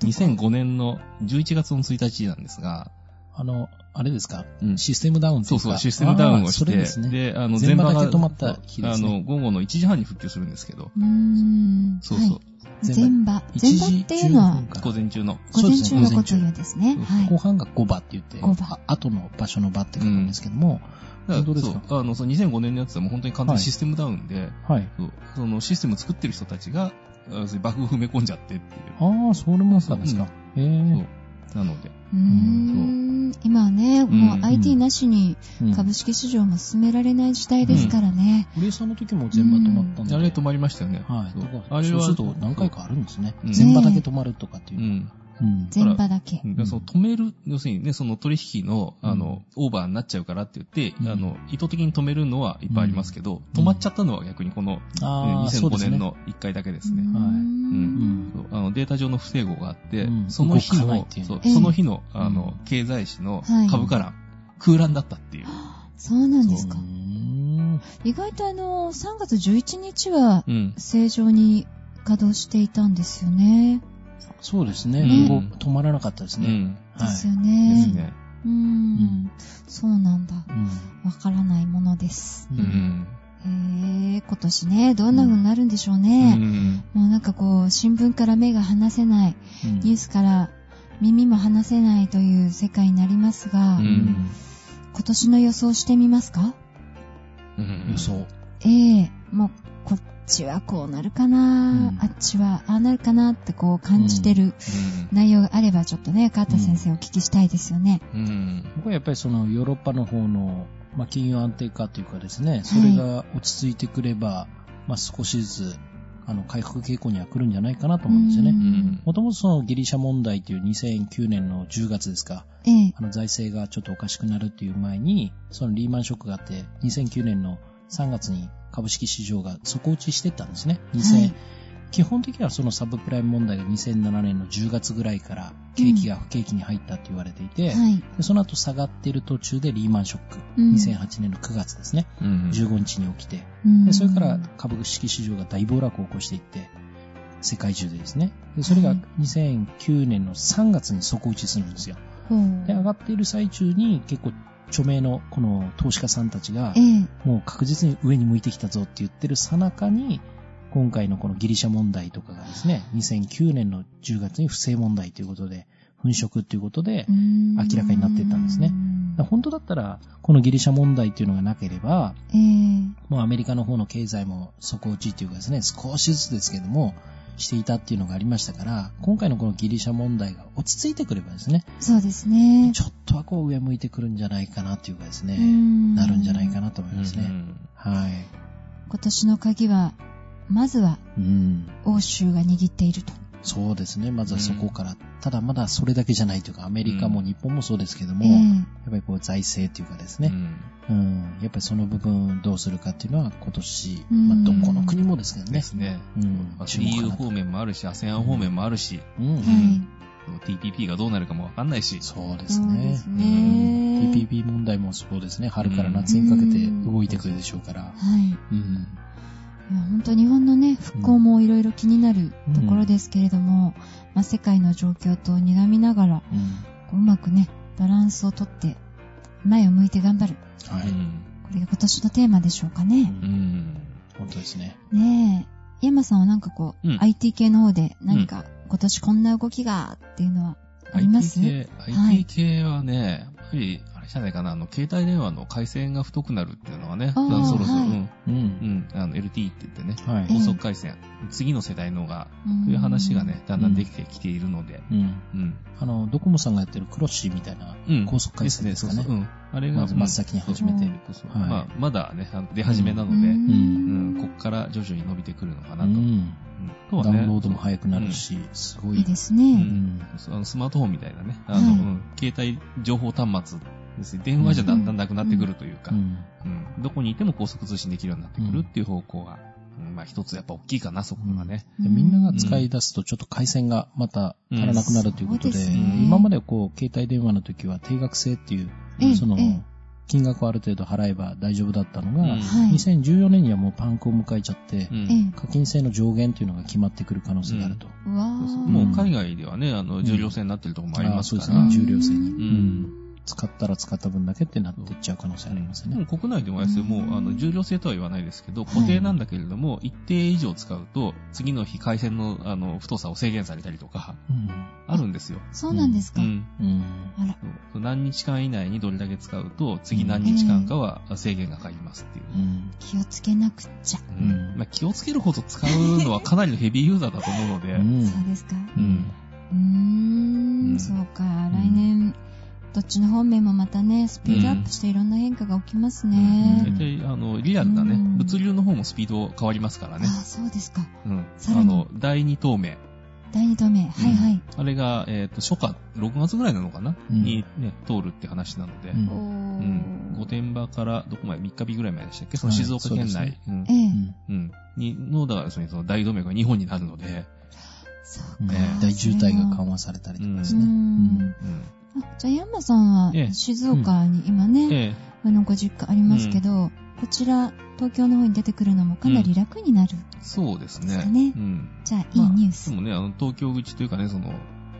2005年の11月の1日なんですが、
あの、あれですか
うん
システムダウンって
そ
いうか
そう、システムダウンを
あー
し
そ
て、
れですね。
で、あの、
前
全
場
場
だけ
が、
止まった日ですね
あの、午後の1時半に復旧するんですけど、
うーん。
そう
は
そう
い。全場。
1
全場
時
っていうの
15
は
分、から
午前中の。
午
そう
前
です
中
ね
のことを言うんですね。
午前中
はい。
後半が5場って言って、
5場
あ後の場所の場って書くんですけども、
だ
本
か
当で
らそ
すか
う、あの、その2005年のやつはもう本当に完全に
はい
システムダウンで、
はい。
そうそのシステム作ってる人たちが、あ要するにバグを埋め込んじゃってっていう。
ああ、それもそうですか。へ
そ
え。
う。なので。
うーん今はね、
ん
もううん IT なしに
うん
株式市場も進められない時代ですからね。
堀江さんの時も全場止まったんで。
あれ止まりましたよね。
はい。
そ
だ
う
か
あ
ら
れ
そう
は、
すると何回かあるんですね。
うん
全場だけ止まるとかってい
う
う。
ん。
うん
全場だけ。
だからその止める、要するにね、その取引の、あの、オーバーになっちゃうからって言って、
うん
あの、意図的に止めるのはいっぱいありますけど、
うん
止まっちゃったのは逆にこの、
ああ、そう
2005
です
年
ね。
の1回だけですね。
うー
うんん。
そうあのデータ上の不整合があって、
うん
その日
動かない
の
っ、ていうね
そう
ええ
その日の、
うん
あの、経済誌の
はい
株価欄、空欄だったっていう。
そうなんです
う
か。
ーん
意外とあの、3月11日は
うん。
正常に稼働していたんですよね。
そうですね。
うん
動止まらなかったです
う
ね。
ん。
は
で
い
すよ
です
ね。
ね。
うーん。そうなんだ。わからないものです。
うん
うん。
へー今年ね、どんな風になるんでしょう
う
ね。
ん。
もうなんかこう、新聞から目が離せない。
うん
ニュースから耳も離せないという世界になりますが、
う
うんん
今年の予想してみますか
うん。
予想。
ええもうこっちはこうなるかな、
うん
あっちはああなるかなってこう感じてる内容があればちょっとね、川田先生お聞きしたいですよね。
うん。うん。
僕はやっぱりそのヨーロッパの方の、まあ、金融安定化というかですね、それが落ち着いてくれば、まあ、少しずつ、あの、回復傾向には来るんじゃないかなと思うんですよ
う
ね。
ん
もともとそのギリシャ問題という2009年の10月ですか、
ええ
あの財政がちょっとおかしくなるっていう前に、そのリーマンショックがあって、2009年の3月に株式市場が底打ちしてったんですね。
はい
2000基本的にはそのサブプライム問題が2007年の10月ぐらいから景気が不景気に入ったと言われていて、
はい。
でその後下がっている途中でリーマンショック、
うん
2008年の9月ですね、
うん
15日に起きて、
うん
でそれから株式市場が大暴落を起こしていって、世界中でですね。でそれが
はい
2009年の3月に底打ちするんですよ。
ほう
で、上がっている最中に結構著名のこの投資家さんたちが
え、え。
もう確実に上に向いてきたぞって言ってるさなかに、今回のこのギリシャ問題とかがですね、2009年の10月に不正問題ということで、粉飾ということで、
明
明らかになっていったんですね。だから本当だったら、このギリシャ問題っていうのがなければ、
ええ。
もうアメリカの方の経済も底打ちっていうかですね、少しずつですけども、していたっていうのがありましたから、今回のこのギリシャ問題が落ち着いてくればですね、
そうですね。
ちょっとはこう上向いてくるんじゃないかなっていうかですね、
な
なるんじゃないか
な。
なと思い
うん
ますね。はい。
今年の鍵は、まずは
うん。
欧州が握っていると。
そうですね、まずはそこから。ただまだそれだけじゃないというか、アメリカも日本もそうですけども、
え
や
え
っぱりこう財政というかです
う
ね、
ん
うん、やっぱりその部分どうするかっていうのは今年、
うん
まあ、どこの国もですけど
で
ね、
すね。
うん
まあ、
注目か
EU
なと
方面もあるし、ASEAN 方面もあるし、
うん
は、い。
TPP がどうなるかもわかんないし、
そうで
そ
す
うで
ね
す。ね。
PPP 問題もそうですね。春から夏にかけて動いてくるでしょうから。
はい。
うん。
いや本当日本のね復興もいろいろ気になるところですけれども、まあ、世界の状況と睨みながら
うん
こううまくねバランスをとって前を向いて頑張る
は
う
い。
ん
これが今年のテーマでしょうかね。
うん
本当ですね。
ねえ山さんはなんかこう、
うん
IT 系の方で何か今年こんな動きがっていうのはあります
IT 系
はい
IT 系はね、やっぱり、あれじゃないかな、あの、携帯電話の回線が太くなるっていうのはね、
あー
そろそろ、
はい
うん、
う。
うんん、あの、LT って言ってね、
は
え
高
い。
速回線、次の世代のが、
ん
という話がね、だんだんできてきているので、
うん。
うん。
あの、ドコモさんがやってるクロッシーみたいな
うん
高速回線ですか
ね。
ね
そう。そううん。あれが、
まず真っ先に始めて。
うん
そうそう
はい
まあ、まだね、あの出始めな
う
ので、
ん
うん、こっから徐々に伸びてくるのか
う
なと。うん
ん。
あと
ダウ
は
ンロー
ね、
ドも早くなるし、すご
いい
い
で。すね
う
う。ん。
そうあのスマートフォンみたいなね、あの、
はい
うん携帯情報端末ですね、電話じゃだんだんなくなってくるというか、
う
うん
ん
どこにいても高速通信できるようになってくるっていう方向が、うんまあ一つやっぱ大きいかな、そこがね。
でみんなが使い出すとちょっと回線がまた足らなくなるということ
うんそうで
で
すね、
今まではこう、携帯電話の時は定額制っていう
ええ、
その
ええ、
金額をある程度払えば大丈夫だったのが、
うん
はい
2014年にはもうパンクを迎えちゃって
う、ん
ええ
課金制の上限というのが決まってくる可能性があると。
うわー
そうそう
うん
もう海外ではね、あの、重量制になってるところもあります
そう
か
です
ら、
ね、重量制に、
うん
うん使ったら使った分だけってなっていっちゃう可能性あります
で
ね
も。国内でもあれですよ、もう、あの、重量制とは言わないですけど、固定なんだけれども、一定以上使うと、次の日回線の、あの、太さを制限されたりとか、あるんですよ。
そうなんですか。
うん。
うんうん
あら、
そう何日間以内にどれだけ使うと、次何日間かは制限がかかりますっていう。
うん
気をつけなくっちゃ。
うん
うん
まあ、気をつけるほど使うのはかなりのヘビーユーザーだと思うので、
うん
そうですか。
うん
うー、
うんん
そうか。来年、どっちの方面もまたね、スピードアップしていろんな変化が起きますね。
大体、あの、リアルなね、
うん
物流の方もスピード変わりますから
あ
ね。
あ、そうですか。
うん。
さら
あ
に
の、第二透明。
第2同盟。はいはい。
あれが、えっ、と、初夏、6月ぐらいなのかな、
うん
に、ね、通るって話なので、
うん
お
う
ー
ん。御殿場から、どこまで ?3 日日ぐらい前でしたっけその
はい
静岡県
そうです
内
ね。
う
え
ん
え。
うん。に、の、だからですね、その大動脈が2本になるので、
そう
うん
か。
ね
大渋滞が緩和されたりとかですね。
う
うんん
うん。
あじゃあ、ヤンマさん
え
は、
え
静岡に今ね、
ええ、
あの、ご実家ありますけど、こちら、東京の方に出てくるのもかなり楽になる。
そうです
です
ね。
かね
うん。
じゃあ、い
ま
い
あ
ニュース
で。もね、あの、東京口というかね、その、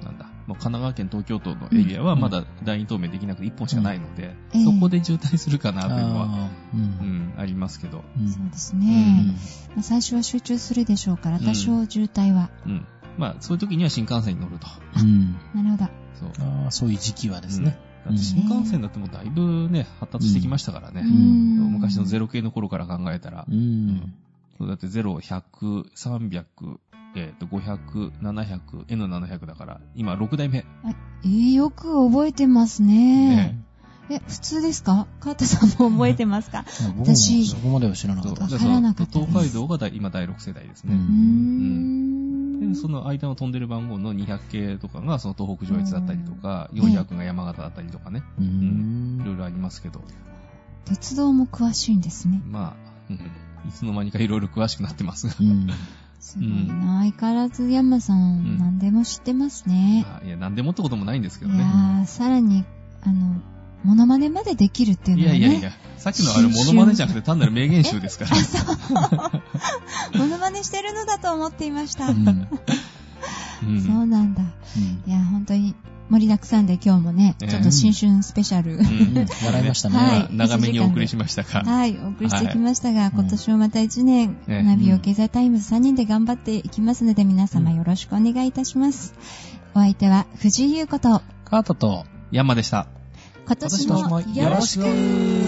なんだ、まあ、神奈川県、東京都のエリアは
うん
まだ第二東名できなくて1本しかないので、
ええ
そこで渋滞するかなというのは、
あーう
うんん、ありますけど、
うん
そうです
う
ね。
ん
まあ最初は集中するでしょうから、
うん
多少渋滞は。
うん。まあ、そういう時には新幹線に乗ると。
うん
なるほど。
そう。
あーそういう時期はですね。
だって新幹線だってもうだいぶね、発達してきましたからね。
ん
昔のゼロ系の頃から考えたら
う、ん
そうだって0、100、300、えっ、と、500、700、N700 だから、今6代目。
えーよく覚えてますね。
ね
え、普通ですかカータさんも覚えてますか
僕も
私
そこまでは知らなか
そう
っ
だ
たで
から
す。
わからなかったです
東海道がだい今第6世代ですね。
う
うー
ん
ん
で、その間の飛んでる番号の200系とかが、その東北上越だったりとか、400が山形だったりとかね、
う
いろ
ん
いろありますけど、
鉄道も詳しいんですね。
まあ、うんいつの間にかいろいろ詳しくなってますが、
うん
すごいな。相変わらずヤンマさん、何でも知ってますね。
あいや、何でもってこともないんですけど
いや
ね。
ー、さらに、あの、モノマネまでできるっていう
い
のは
や
ね。
いやいや、さっきのあれ、モノマネじゃなくて単なる名言集ですから。
モノマネしてるのだと思っていました。
うんうん
うん
そうなんだ。いや、本当に盛りだくさんで今日もね、
ええ
ちょっと新春スペシャル、
うん
笑いましたね。
はい
まあ長めにお送りしましたが。
はい、お送りしてきましたが、今年もまた1年、
ええ
ナビオ経済タイムズ3人で頑張っていきますので、皆様よろしくお願いいたします。お相手は藤井優子と、
カートと、
山でした。
今年もよろしく
く